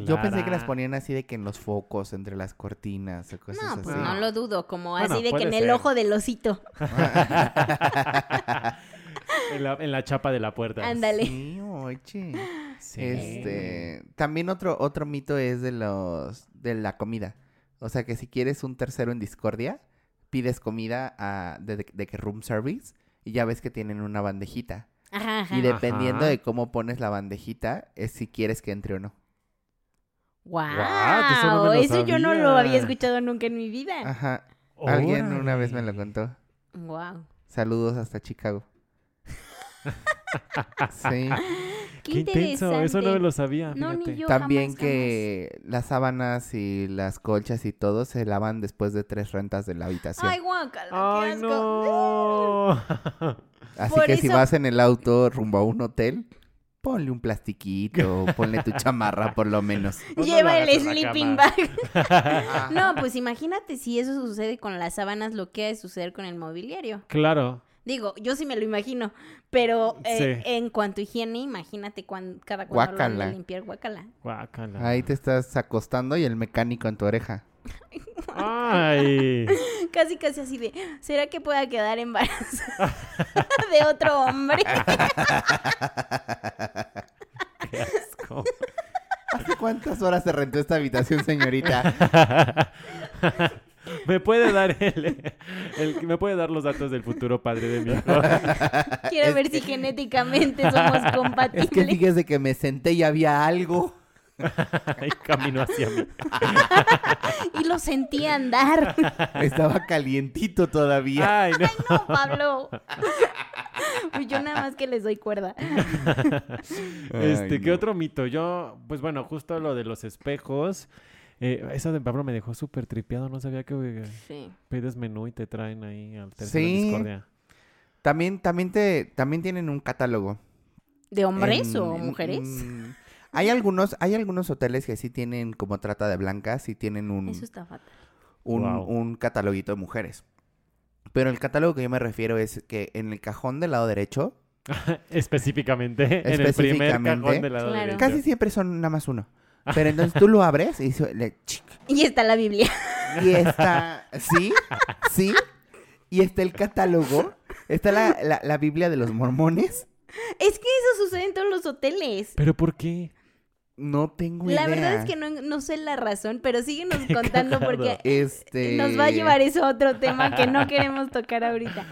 [SPEAKER 3] Yo pensé que las
[SPEAKER 2] Clara.
[SPEAKER 3] ponían así de que en los focos, entre las cortinas o cosas
[SPEAKER 4] No, pues
[SPEAKER 3] así.
[SPEAKER 4] no lo dudo, como
[SPEAKER 2] Bueno,
[SPEAKER 4] así de que
[SPEAKER 2] puede
[SPEAKER 4] en el
[SPEAKER 2] ser.
[SPEAKER 4] ojo del osito.
[SPEAKER 2] en, la, en la chapa de la puerta.
[SPEAKER 4] Ándale.
[SPEAKER 3] Sí, oye.
[SPEAKER 2] Sí.
[SPEAKER 3] Este, también otro, otro mito es de los de la comida. O sea que si quieres un tercero en discordia, pides comida a- de, de- de que room service y ya ves que tienen una bandejita.
[SPEAKER 4] Ajá, ajá.
[SPEAKER 3] Y dependiendo
[SPEAKER 2] Ajá.
[SPEAKER 3] de cómo pones la bandejita, es si quieres que entre o no.
[SPEAKER 4] ¡Wow!
[SPEAKER 2] Guau, eso no me lo
[SPEAKER 4] eso yo no lo
[SPEAKER 2] sabía.
[SPEAKER 4] había escuchado nunca en mi vida.
[SPEAKER 3] Ajá. Alguien una vez me
[SPEAKER 2] Órale.
[SPEAKER 3] lo contó.
[SPEAKER 4] ¡Wow!
[SPEAKER 3] Saludos hasta Chicago. sí.
[SPEAKER 4] ¡Qué,
[SPEAKER 2] Qué intenso,
[SPEAKER 4] interesante!
[SPEAKER 2] eso no me lo sabía.
[SPEAKER 4] No, ni
[SPEAKER 2] fíjate.
[SPEAKER 4] yo.
[SPEAKER 3] También
[SPEAKER 4] jamás,
[SPEAKER 3] que las sábanas y las colchas y todo se lavan después de tres rentas de la habitación.
[SPEAKER 4] ¡Ay, guácala! ¡Qué
[SPEAKER 2] Ay,
[SPEAKER 4] asco!
[SPEAKER 2] no.
[SPEAKER 3] Así
[SPEAKER 4] por
[SPEAKER 3] que si
[SPEAKER 4] eso-
[SPEAKER 3] vas en el auto rumbo a un hotel, ponle un plastiquito, ponle tu chamarra por lo menos.
[SPEAKER 2] Pues no lo
[SPEAKER 4] Lleva
[SPEAKER 2] hagas
[SPEAKER 4] el
[SPEAKER 2] en la
[SPEAKER 4] sleeping
[SPEAKER 2] cama.
[SPEAKER 4] bag. No, pues imagínate si eso sucede con las sábanas, lo que ha de suceder con el mobiliario.
[SPEAKER 2] Claro.
[SPEAKER 4] Digo, yo sí me lo imagino, pero eh,
[SPEAKER 2] Sí.
[SPEAKER 4] en cuanto a higiene, imagínate cuán, cada cuando lo han de
[SPEAKER 3] Guácala.
[SPEAKER 4] limpiar guácala.
[SPEAKER 2] Guácala.
[SPEAKER 3] Ahí te estás acostando y el mecánico en tu oreja.
[SPEAKER 2] Ay.
[SPEAKER 4] Casi, casi así de, ¿será que pueda quedar embarazada de otro hombre?
[SPEAKER 2] Qué asco.
[SPEAKER 3] ¿Hace cuántas horas se rentó esta habitación, señorita?
[SPEAKER 2] me puede dar el, el- me puede dar los datos del futuro padre de mi hijo.
[SPEAKER 4] Quiero
[SPEAKER 3] Es
[SPEAKER 4] ver si genéticamente somos compatibles.
[SPEAKER 3] Es que fíjese que me senté y había algo.
[SPEAKER 2] Ay, camino hacia mí.
[SPEAKER 4] Y lo sentí andar.
[SPEAKER 3] Estaba calientito
[SPEAKER 4] Ah,
[SPEAKER 3] todavía.
[SPEAKER 2] Ay, no.
[SPEAKER 4] No, Pablo. Pues Yo nada más que les doy cuerda.
[SPEAKER 2] Este,
[SPEAKER 3] Ay,
[SPEAKER 2] ¿qué
[SPEAKER 3] no.
[SPEAKER 2] otro mito? Yo, pues bueno, justo lo de los espejos. Eh, eso de Pablo me dejó súper tripeado. No sabía que eh,
[SPEAKER 4] Sí.
[SPEAKER 2] pides menú y te traen ahí al tercero
[SPEAKER 3] Sí.
[SPEAKER 2] discordia.
[SPEAKER 3] También, también, te, también tienen un catálogo.
[SPEAKER 4] ¿De hombres
[SPEAKER 3] En-
[SPEAKER 4] o
[SPEAKER 3] en-
[SPEAKER 4] mujeres?
[SPEAKER 3] en- Hay algunos, hay algunos hoteles que sí tienen como trata de blancas y tienen un...
[SPEAKER 4] Eso está fatal.
[SPEAKER 3] un,
[SPEAKER 2] Wow.
[SPEAKER 3] un cataloguito de mujeres. Pero el catálogo que yo me refiero es que en el cajón del lado derecho
[SPEAKER 2] Específicamente, en el primer cajón
[SPEAKER 3] Específicamente.
[SPEAKER 2] del lado
[SPEAKER 4] Claro.
[SPEAKER 2] derecho.
[SPEAKER 3] casi siempre son nada más uno. Pero entonces tú lo abres y, dice- le- chic,
[SPEAKER 4] Y está la Biblia.
[SPEAKER 3] y está, sí, sí, y está el catálogo, está la, la- la Biblia de los mormones.
[SPEAKER 4] Es que eso sucede en todos los hoteles.
[SPEAKER 2] ¿Pero por qué?
[SPEAKER 3] No tengo idea.
[SPEAKER 4] La verdad es que no, no sé la razón, pero síguenos
[SPEAKER 2] cagado.
[SPEAKER 4] contando
[SPEAKER 2] Eh,
[SPEAKER 4] porque
[SPEAKER 3] Este...
[SPEAKER 4] eh, nos va a llevar eso a otro tema que no queremos tocar ahorita.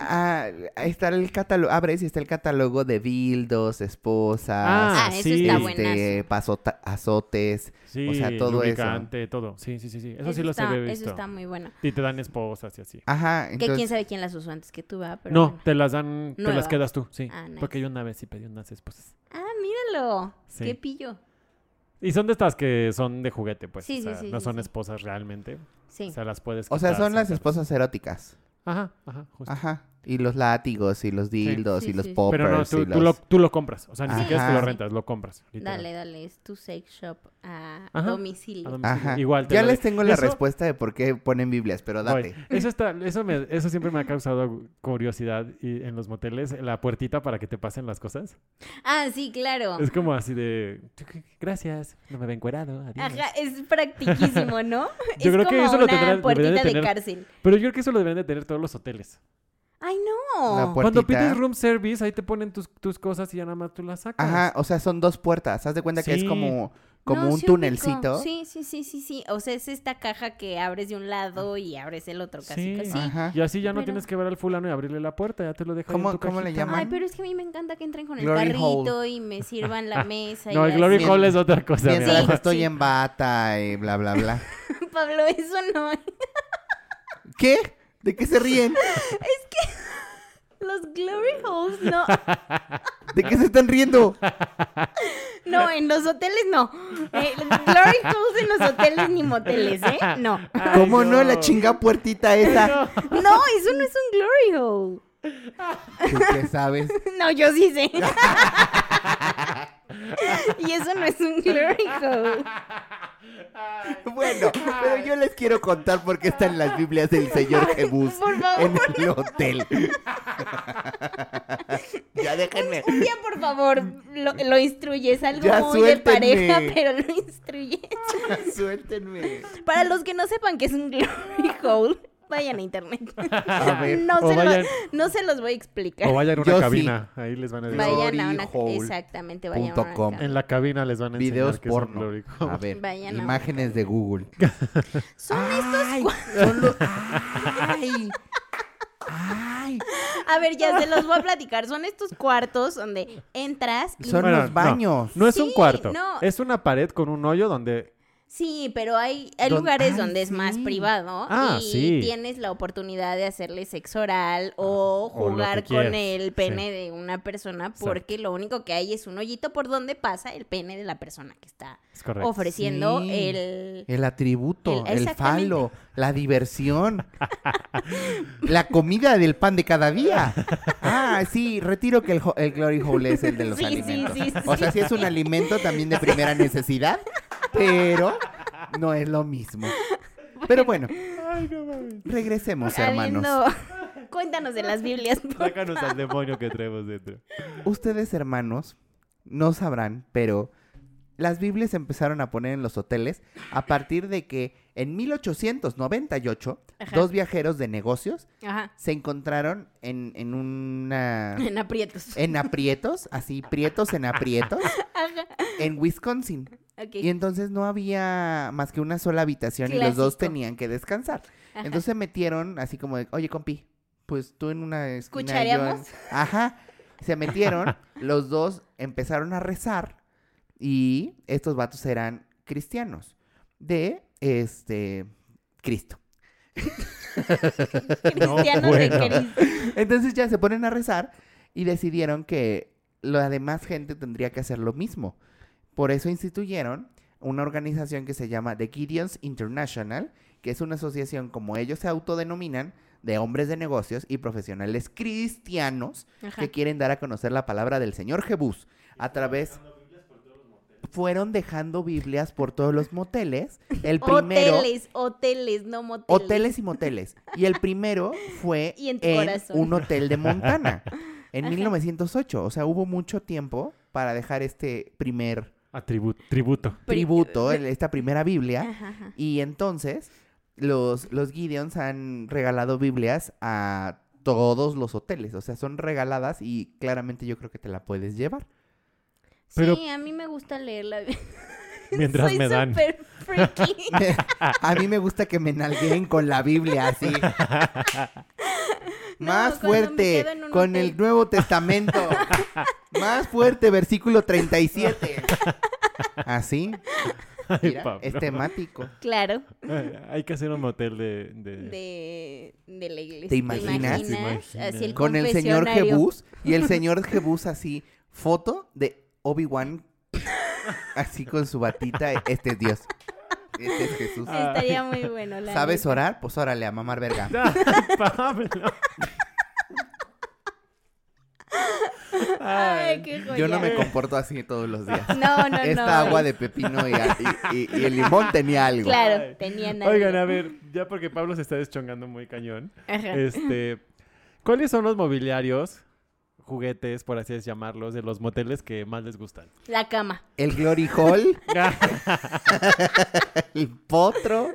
[SPEAKER 3] Ah, está el catálogo, abres y está el catálogo de dildos, esposas,
[SPEAKER 2] Ah,
[SPEAKER 4] Ah, eso
[SPEAKER 2] sí.
[SPEAKER 4] está bueno.
[SPEAKER 3] este, pasota- azotes,
[SPEAKER 2] Sí,
[SPEAKER 3] O sea, todo eso.
[SPEAKER 2] lubricante, todo. Sí, sí, sí, sí. Eso, sí lo
[SPEAKER 4] está,
[SPEAKER 2] se ve
[SPEAKER 4] Eso
[SPEAKER 2] visto.
[SPEAKER 4] está muy bueno.
[SPEAKER 2] Y te dan esposas y así.
[SPEAKER 3] Ajá,
[SPEAKER 4] Que
[SPEAKER 3] entonces...
[SPEAKER 4] quién sabe quién las usó antes que tú, va, pero
[SPEAKER 2] no,
[SPEAKER 4] bueno.
[SPEAKER 2] te las dan, te
[SPEAKER 4] Nueva.
[SPEAKER 2] las quedas tú, sí.
[SPEAKER 4] Ah, nice.
[SPEAKER 2] Porque yo una vez sí pedí unas esposas.
[SPEAKER 4] Ah, míralo.
[SPEAKER 2] Sí.
[SPEAKER 4] Qué pillo.
[SPEAKER 2] Y son de estas que son de juguete, pues. o
[SPEAKER 4] Sí, sí,
[SPEAKER 2] sea,
[SPEAKER 4] sí,
[SPEAKER 2] no
[SPEAKER 4] sí,
[SPEAKER 2] son
[SPEAKER 4] sí.
[SPEAKER 2] esposas realmente.
[SPEAKER 4] Sí.
[SPEAKER 2] O sea, las puedes
[SPEAKER 3] O sea,
[SPEAKER 2] quitar
[SPEAKER 3] son
[SPEAKER 2] sin
[SPEAKER 3] las
[SPEAKER 2] ter-
[SPEAKER 3] esposas eróticas.
[SPEAKER 2] Ajá, ajá, justo.
[SPEAKER 3] Ajá. Y los látigos, y los dildos,
[SPEAKER 4] Sí,
[SPEAKER 3] y los
[SPEAKER 4] sí, sí.
[SPEAKER 3] poppers.
[SPEAKER 2] Pero no, tú,
[SPEAKER 3] y
[SPEAKER 2] tú lo,
[SPEAKER 3] los-
[SPEAKER 2] tú lo compras. O sea, ni
[SPEAKER 3] Ajá.
[SPEAKER 2] siquiera es que lo
[SPEAKER 4] Sí.
[SPEAKER 2] rentas, lo compras. literal.
[SPEAKER 4] Ah. Dale, dale, es tu sex shop a
[SPEAKER 2] Ajá.
[SPEAKER 4] domicilio.
[SPEAKER 2] A domicilio.
[SPEAKER 3] Ajá.
[SPEAKER 2] Igual te
[SPEAKER 3] ya
[SPEAKER 2] lo-
[SPEAKER 3] les tengo la
[SPEAKER 2] Eso-
[SPEAKER 3] respuesta de por qué ponen Biblias, pero
[SPEAKER 2] Voy.
[SPEAKER 3] date.
[SPEAKER 2] Eso está, eso me, eso siempre me ha causado curiosidad y en los moteles, la puertita para que te pasen las cosas.
[SPEAKER 4] Ah, sí, claro.
[SPEAKER 2] Es como así de gracias, no me ven cuerado, adiós.
[SPEAKER 4] Ajá, es practiquísimo, ¿no?
[SPEAKER 2] Yo
[SPEAKER 4] es
[SPEAKER 2] creo que
[SPEAKER 4] como
[SPEAKER 2] eso lo
[SPEAKER 4] una
[SPEAKER 2] tendrán-
[SPEAKER 4] puertita
[SPEAKER 2] deberían de
[SPEAKER 4] de,
[SPEAKER 2] tener-
[SPEAKER 4] cárcel.
[SPEAKER 2] Pero yo creo que eso lo deben de tener todos los hoteles.
[SPEAKER 4] Ay, no.
[SPEAKER 3] La puerta.
[SPEAKER 2] Cuando
[SPEAKER 3] Puertita.
[SPEAKER 2] pides room service, ahí te ponen tus, tus cosas y ya nada más tú las sacas.
[SPEAKER 3] Ajá, o sea, son dos puertas. Haz de cuenta que es
[SPEAKER 2] Sí.
[SPEAKER 3] como, como
[SPEAKER 4] No,
[SPEAKER 3] un
[SPEAKER 4] sí ubico.
[SPEAKER 3] tunelcito.
[SPEAKER 4] Sí, sí, sí, sí, sí. O sea, es esta caja que abres de un lado y abres el otro,
[SPEAKER 2] Sí.
[SPEAKER 4] casi, casi.
[SPEAKER 3] Ajá.
[SPEAKER 2] Y así ya no
[SPEAKER 4] Pero-
[SPEAKER 2] tienes que ver al fulano y abrirle la puerta, ya te lo dejo ahí en
[SPEAKER 3] ¿Cómo-
[SPEAKER 2] tu
[SPEAKER 3] cómo le
[SPEAKER 2] cajita.
[SPEAKER 3] llaman?
[SPEAKER 4] Ay, pero es que a mí me encanta que entren con el
[SPEAKER 3] Glory
[SPEAKER 4] carrito y me sirvan la mesa.
[SPEAKER 2] No,
[SPEAKER 4] y
[SPEAKER 2] el Glory
[SPEAKER 4] así.
[SPEAKER 2] Hole es otra cosa. mi
[SPEAKER 3] Mientras
[SPEAKER 2] amor.
[SPEAKER 3] estoy
[SPEAKER 4] Sí.
[SPEAKER 3] en bata y bla, bla, bla.
[SPEAKER 4] Pablo, eso no.
[SPEAKER 3] ¿Qué? ¿De qué se ríen?
[SPEAKER 4] Los Glory Holes no.
[SPEAKER 3] ¿De qué se están riendo?
[SPEAKER 4] No, en los hoteles no. Eh, glory Holes en los hoteles ni moteles, ¿eh? No.
[SPEAKER 2] Ay,
[SPEAKER 3] ¿Cómo no? La chinga puertita esa.
[SPEAKER 4] No, eso no es un Glory Hole.
[SPEAKER 3] ¿Tú qué sabes?
[SPEAKER 4] No, yo sí sé. y eso no es un glory hole.
[SPEAKER 3] Bueno, pero yo les quiero contar por qué están las Biblias del señor Jebús
[SPEAKER 4] Por favor.
[SPEAKER 3] en el hotel. ya déjenme.
[SPEAKER 4] Un día, por favor, lo, lo instruyes. Algo
[SPEAKER 3] Ya
[SPEAKER 4] muy
[SPEAKER 3] suéltenme.
[SPEAKER 4] de pareja, pero lo instruyes.
[SPEAKER 3] Suéltenme.
[SPEAKER 4] Para los que no sepan que es un glory hole, Vayan a internet.
[SPEAKER 3] A ver.
[SPEAKER 4] No,
[SPEAKER 2] o,
[SPEAKER 4] se lo-
[SPEAKER 2] vayan,
[SPEAKER 4] no se los voy a
[SPEAKER 2] o
[SPEAKER 4] explicar.
[SPEAKER 2] vayan a una
[SPEAKER 3] Yo sí.
[SPEAKER 2] cabina. Ahí les van a decir.
[SPEAKER 4] Vayan a una...
[SPEAKER 3] gloryhole
[SPEAKER 4] Exactamente, vayan a
[SPEAKER 3] punto
[SPEAKER 4] una...
[SPEAKER 3] com.
[SPEAKER 4] cabina.
[SPEAKER 2] En la cabina les van a enseñar
[SPEAKER 3] Videos
[SPEAKER 2] que es un
[SPEAKER 3] porno.
[SPEAKER 2] glory hole.
[SPEAKER 3] A ver,
[SPEAKER 4] Vayan a-
[SPEAKER 3] imágenes de Google.
[SPEAKER 4] Son
[SPEAKER 3] Ay,
[SPEAKER 4] estos... cua-
[SPEAKER 3] son los- Ay, ay.
[SPEAKER 4] A ver, ya se los voy a platicar. Son estos cuartos donde entras y...
[SPEAKER 3] Son
[SPEAKER 2] Bueno,
[SPEAKER 3] los
[SPEAKER 2] no.
[SPEAKER 3] baños.
[SPEAKER 2] No es un
[SPEAKER 4] Sí,
[SPEAKER 2] cuarto.
[SPEAKER 4] no.
[SPEAKER 2] Es una pared con un hoyo donde.
[SPEAKER 4] Sí, pero hay, hay
[SPEAKER 3] Don-
[SPEAKER 4] lugares
[SPEAKER 3] ay,
[SPEAKER 4] donde es más
[SPEAKER 3] sí.
[SPEAKER 4] privado
[SPEAKER 2] Ah,
[SPEAKER 4] y
[SPEAKER 2] sí.
[SPEAKER 4] tienes la oportunidad de hacerle sexo
[SPEAKER 3] Ah,
[SPEAKER 4] oral o
[SPEAKER 2] o lo que
[SPEAKER 4] jugar
[SPEAKER 2] quieras,
[SPEAKER 4] con el pene de una persona
[SPEAKER 2] Exacto.
[SPEAKER 4] porque lo único que hay es un hoyito por donde pasa el pene de la persona que está
[SPEAKER 2] Es correcto.
[SPEAKER 4] ofreciendo
[SPEAKER 3] Sí.
[SPEAKER 4] el...
[SPEAKER 3] El atributo,
[SPEAKER 4] El-
[SPEAKER 3] el,
[SPEAKER 4] exactamente.
[SPEAKER 3] falo, la diversión, la comida del pan de cada día. Ah, sí, retiro que el, ho- el glory hole es el de los
[SPEAKER 4] Sí, sí,
[SPEAKER 3] alimentos.
[SPEAKER 4] sí,
[SPEAKER 3] O sea,
[SPEAKER 4] sí.
[SPEAKER 3] sí es un alimento también de primera necesidad, pero no es lo mismo. Pero bueno,
[SPEAKER 2] Ay, no mames.
[SPEAKER 3] regresemos, hermanos.
[SPEAKER 4] Habiendo- Cuéntanos de las Biblias. por-
[SPEAKER 2] Sácanos al demonio que traemos dentro.
[SPEAKER 3] Ustedes, hermanos, no sabrán, pero las Biblias se empezaron a poner en los hoteles a partir de que en 1898
[SPEAKER 4] Ajá.
[SPEAKER 3] dos viajeros de negocios
[SPEAKER 4] Ajá.
[SPEAKER 3] se encontraron en, en una...
[SPEAKER 4] En aprietos.
[SPEAKER 3] en aprietos, así, prietos en aprietos,
[SPEAKER 4] Ajá.
[SPEAKER 3] en Wisconsin.
[SPEAKER 4] Ok.
[SPEAKER 3] Y entonces no había más que una sola habitación y los dos
[SPEAKER 4] Clásico.
[SPEAKER 3] tenían que descansar.
[SPEAKER 4] Ajá.
[SPEAKER 3] Entonces se metieron así como de, oye, compi, pues tú en una esquina y yo en-".
[SPEAKER 4] ¿Cuchareamos?
[SPEAKER 3] Ajá. Se metieron, los dos empezaron a rezar y estos vatos eran cristianos de, este, Cristo.
[SPEAKER 4] Cristianos de
[SPEAKER 2] bueno.
[SPEAKER 4] Cristo.
[SPEAKER 3] Entonces ya se ponen a rezar y decidieron que la demás gente tendría que hacer lo mismo. Por eso instituyeron una organización que se llama The Gideons International, que es una asociación, como ellos se autodenominan, de hombres de negocios y profesionales cristianos
[SPEAKER 4] Ajá.
[SPEAKER 3] que quieren dar a conocer la palabra del Señor Jebús a través... Fueron dejando Biblias por todos los moteles. El primero...
[SPEAKER 4] Hoteles, hoteles, no moteles.
[SPEAKER 3] Hoteles y moteles. Y el primero fue
[SPEAKER 4] Y en tu
[SPEAKER 3] en,
[SPEAKER 4] corazón.
[SPEAKER 3] un hotel de Montana, en
[SPEAKER 4] Ajá.
[SPEAKER 3] 1908. O sea, hubo mucho tiempo para dejar este primer
[SPEAKER 2] Atribu- tributo.
[SPEAKER 4] Pri-
[SPEAKER 3] tributo, el- esta primera Biblia.
[SPEAKER 4] Ajá, ajá.
[SPEAKER 3] Y entonces, los, los Gideons han regalado Biblias a todos los hoteles. O sea, son regaladas y claramente yo creo que te la puedes llevar.
[SPEAKER 2] Pero-
[SPEAKER 4] Sí, a mí me gusta leer la Biblia.
[SPEAKER 2] Mientras
[SPEAKER 4] Soy
[SPEAKER 2] me dan.
[SPEAKER 4] súper freaky.
[SPEAKER 3] a mí me gusta que me nalguen con la Biblia así.
[SPEAKER 4] No,
[SPEAKER 3] Más
[SPEAKER 4] cuando me
[SPEAKER 3] fuerte,
[SPEAKER 4] quedo en un
[SPEAKER 3] con
[SPEAKER 4] hotel.
[SPEAKER 3] el Nuevo Testamento. Más fuerte, versículo 37. Así.
[SPEAKER 2] Ay,
[SPEAKER 3] Mira,
[SPEAKER 2] Pablo.
[SPEAKER 3] es temático.
[SPEAKER 4] Claro,
[SPEAKER 2] Eh, Hay que hacer un motel de. de-
[SPEAKER 4] de, de la iglesia.
[SPEAKER 3] ¿Te imaginas?
[SPEAKER 4] ¿Te imaginas?
[SPEAKER 2] ¿Te
[SPEAKER 4] Así el
[SPEAKER 3] Con el señor
[SPEAKER 4] confesionario.
[SPEAKER 3] Jebús. Y el señor Jebús así. Foto de Obi-Wan. Así con su batita. Este es Dios. Este es Jesús.
[SPEAKER 4] Estaría
[SPEAKER 2] Ah.
[SPEAKER 4] muy bueno. La
[SPEAKER 3] ¿Sabes
[SPEAKER 4] neta.
[SPEAKER 3] orar? Pues órale, a mamar verga.
[SPEAKER 2] Ay, Pablo.
[SPEAKER 4] Ay, qué joya.
[SPEAKER 3] Yo no me comporto así todos los días.
[SPEAKER 4] No, no,
[SPEAKER 3] Esta
[SPEAKER 4] no.
[SPEAKER 3] agua de pepino y, y- y- y el limón tenía algo.
[SPEAKER 2] Ay.
[SPEAKER 4] Claro, tenía nada.
[SPEAKER 2] Oigan, a ver, ya porque Pablo se está deschongando muy cañón.
[SPEAKER 4] Ajá.
[SPEAKER 2] Este, ¿cuáles son los mobiliarios, juguetes, por así es llamarlos, de los moteles que más les gustan?
[SPEAKER 4] La cama.
[SPEAKER 3] El glory hole,
[SPEAKER 2] Ah,
[SPEAKER 3] el potro.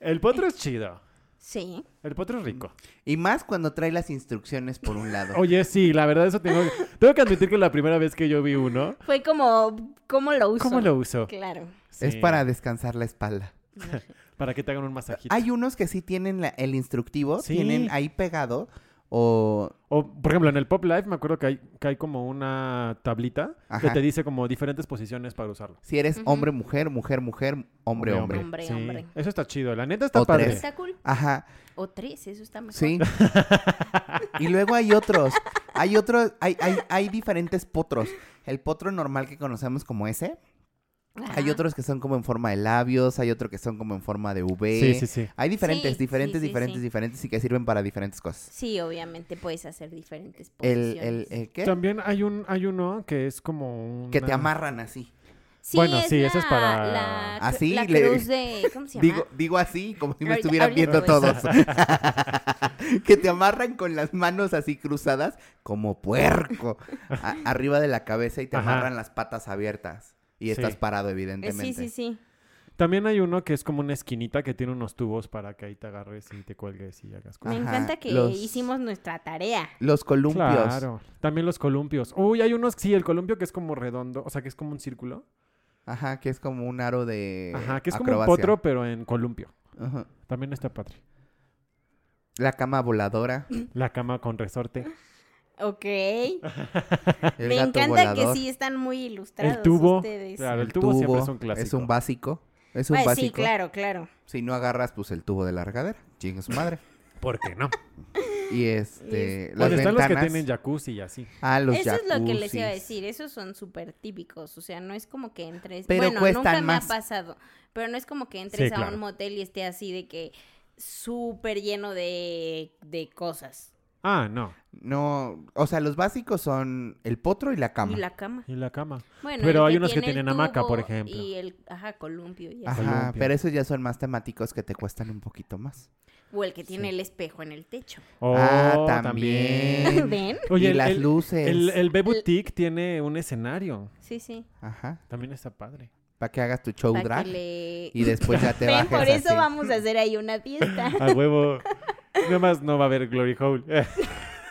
[SPEAKER 2] El potro es chido.
[SPEAKER 4] Sí.
[SPEAKER 2] El potro es rico.
[SPEAKER 3] Y más cuando trae las instrucciones por un lado.
[SPEAKER 2] Oye, sí, la verdad eso tengo que... Tengo que admitir que la primera vez que yo vi uno,
[SPEAKER 4] Fue como, ¿cómo lo uso?
[SPEAKER 2] ¿cómo lo uso?
[SPEAKER 4] Claro.
[SPEAKER 3] Es
[SPEAKER 2] Sí,
[SPEAKER 3] para descansar la espalda.
[SPEAKER 2] Para que te hagan un masajito.
[SPEAKER 3] Hay unos que sí tienen la- el instructivo,
[SPEAKER 2] Sí.
[SPEAKER 3] tienen ahí pegado. O
[SPEAKER 2] O, por ejemplo, en el Pop Life me acuerdo que hay, que hay como una tablita que
[SPEAKER 3] Ajá.
[SPEAKER 2] te dice como diferentes posiciones para usarlo.
[SPEAKER 3] si eres
[SPEAKER 4] Ujú.
[SPEAKER 3] hombre, mujer, mujer, mujer, hombre, hombre.
[SPEAKER 4] Hombre,
[SPEAKER 2] Sí,
[SPEAKER 4] hombre.
[SPEAKER 2] Eso está chido. La neta está
[SPEAKER 3] O
[SPEAKER 2] padre.
[SPEAKER 3] tres.
[SPEAKER 4] Está cool.
[SPEAKER 3] Ajá,
[SPEAKER 4] O tres, eso está mejor.
[SPEAKER 3] Eh. sí. y luego hay otros. Hay otros, hay, hay, hay diferentes potros. El potro normal que conocemos como ese.
[SPEAKER 4] Ajá.
[SPEAKER 3] Hay otros que son como en forma de labios, hay otros que son como en forma de V.
[SPEAKER 2] Sí, sí, sí.
[SPEAKER 3] Hay diferentes,
[SPEAKER 4] Sí,
[SPEAKER 3] diferentes,
[SPEAKER 4] sí, sí,
[SPEAKER 3] diferentes,
[SPEAKER 4] sí.
[SPEAKER 3] diferentes y que sirven para diferentes cosas.
[SPEAKER 4] Sí, obviamente puedes hacer diferentes
[SPEAKER 3] El,
[SPEAKER 4] posiciones.
[SPEAKER 3] el, el ¿qué?
[SPEAKER 2] También hay un hay uno que es como un
[SPEAKER 3] Que te amarran así.
[SPEAKER 4] Sí,
[SPEAKER 2] Bueno,
[SPEAKER 4] es
[SPEAKER 2] sí,
[SPEAKER 4] la,
[SPEAKER 2] eso es para-
[SPEAKER 4] La, cru-
[SPEAKER 3] Así
[SPEAKER 4] la
[SPEAKER 3] Ah, le-
[SPEAKER 4] cruz de. ¿Cómo se llama? Eh,
[SPEAKER 3] Digo, digo así, como si me
[SPEAKER 4] Ahorita-
[SPEAKER 3] estuvieran
[SPEAKER 4] ahorita
[SPEAKER 3] viendo
[SPEAKER 4] lo
[SPEAKER 3] todos. que te amarran con las manos así cruzadas, como puerco, a- arriba de la cabeza y te
[SPEAKER 2] Ajá.
[SPEAKER 3] amarran las patas abiertas. Y
[SPEAKER 2] Sí.
[SPEAKER 3] estás parado,
[SPEAKER 4] Eh, sí,
[SPEAKER 3] evidentemente.
[SPEAKER 4] sí, sí.
[SPEAKER 2] También hay uno que es como una esquinita que tiene unos tubos para que ahí te agarres y te cuelgues y hagas
[SPEAKER 4] Me
[SPEAKER 2] cosas.
[SPEAKER 3] Ajá,
[SPEAKER 4] encanta que
[SPEAKER 3] los-
[SPEAKER 4] hicimos nuestra tarea.
[SPEAKER 3] Los columpios.
[SPEAKER 2] Claro. También los columpios. Uy, hay unos, sí, el columpio que es como redondo, o sea, que es como un círculo.
[SPEAKER 3] Ajá, que es como un aro de.
[SPEAKER 2] Ajá, que es como
[SPEAKER 3] Eh, acrobacia.
[SPEAKER 2] un potro, pero en columpio.
[SPEAKER 3] Ajá.
[SPEAKER 2] También está padre.
[SPEAKER 3] La cama voladora.
[SPEAKER 2] La cama con resorte.
[SPEAKER 4] Ok.
[SPEAKER 3] El
[SPEAKER 4] Me
[SPEAKER 3] gato
[SPEAKER 4] encanta
[SPEAKER 3] volador.
[SPEAKER 4] que sí están muy ilustrados
[SPEAKER 2] el tubo.
[SPEAKER 4] ustedes.
[SPEAKER 2] Claro, el, tubo, siempre es un clásico.
[SPEAKER 3] Es un básico. Es un
[SPEAKER 4] Pues
[SPEAKER 3] básico.
[SPEAKER 4] sí, claro, claro.
[SPEAKER 3] Si no agarras, pues el tubo de la regadera. Chinga su madre.
[SPEAKER 2] ¿Por qué no?
[SPEAKER 3] Y este. las
[SPEAKER 2] Bueno, están los
[SPEAKER 3] ventanas.
[SPEAKER 2] que tienen jacuzzi y así.
[SPEAKER 3] Ah, los
[SPEAKER 4] Eso es lo que les iba a
[SPEAKER 3] jacuzzis.
[SPEAKER 4] decir, esos son súper típicos, o sea, no es como que entres,
[SPEAKER 3] Pero
[SPEAKER 4] bueno,
[SPEAKER 3] cuestan
[SPEAKER 4] nunca
[SPEAKER 3] más.
[SPEAKER 4] me ha pasado, pero no es como que entres
[SPEAKER 2] Sí,
[SPEAKER 4] a
[SPEAKER 2] claro.
[SPEAKER 4] un motel y esté así de que súper lleno de, de cosas.
[SPEAKER 2] Ah, no.
[SPEAKER 3] No, o sea, los básicos son el potro y la cama.
[SPEAKER 4] Y la cama.
[SPEAKER 2] Y la cama.
[SPEAKER 4] Bueno,
[SPEAKER 2] Pero
[SPEAKER 4] el
[SPEAKER 2] hay unos que
[SPEAKER 4] tiene el
[SPEAKER 2] tienen hamaca, por
[SPEAKER 4] tubo
[SPEAKER 2] ejemplo.
[SPEAKER 4] Y el, ajá, columpio y así.
[SPEAKER 3] Ajá,
[SPEAKER 2] Columpio.
[SPEAKER 3] pero esos ya son más temáticos que te cuestan un poquito más.
[SPEAKER 4] O el que tiene
[SPEAKER 3] Sí.
[SPEAKER 4] el espejo en el techo.
[SPEAKER 2] Oh,
[SPEAKER 3] ah,
[SPEAKER 2] también.
[SPEAKER 3] también.
[SPEAKER 4] ¿Ven?
[SPEAKER 2] Oye,
[SPEAKER 3] y
[SPEAKER 2] el-
[SPEAKER 3] las
[SPEAKER 2] el-
[SPEAKER 3] luces.
[SPEAKER 2] El, el B Boutique tiene un escenario.
[SPEAKER 4] Sí, sí.
[SPEAKER 3] Ajá,
[SPEAKER 2] También está padre.
[SPEAKER 3] para que hagas tu show
[SPEAKER 4] para que
[SPEAKER 3] drag
[SPEAKER 4] le-
[SPEAKER 3] y después ya te
[SPEAKER 4] Ven,
[SPEAKER 3] bajes
[SPEAKER 4] por eso
[SPEAKER 3] así.
[SPEAKER 4] vamos a hacer ahí una fiesta.
[SPEAKER 2] A huevo. Nada más no va a haber Glory Hole.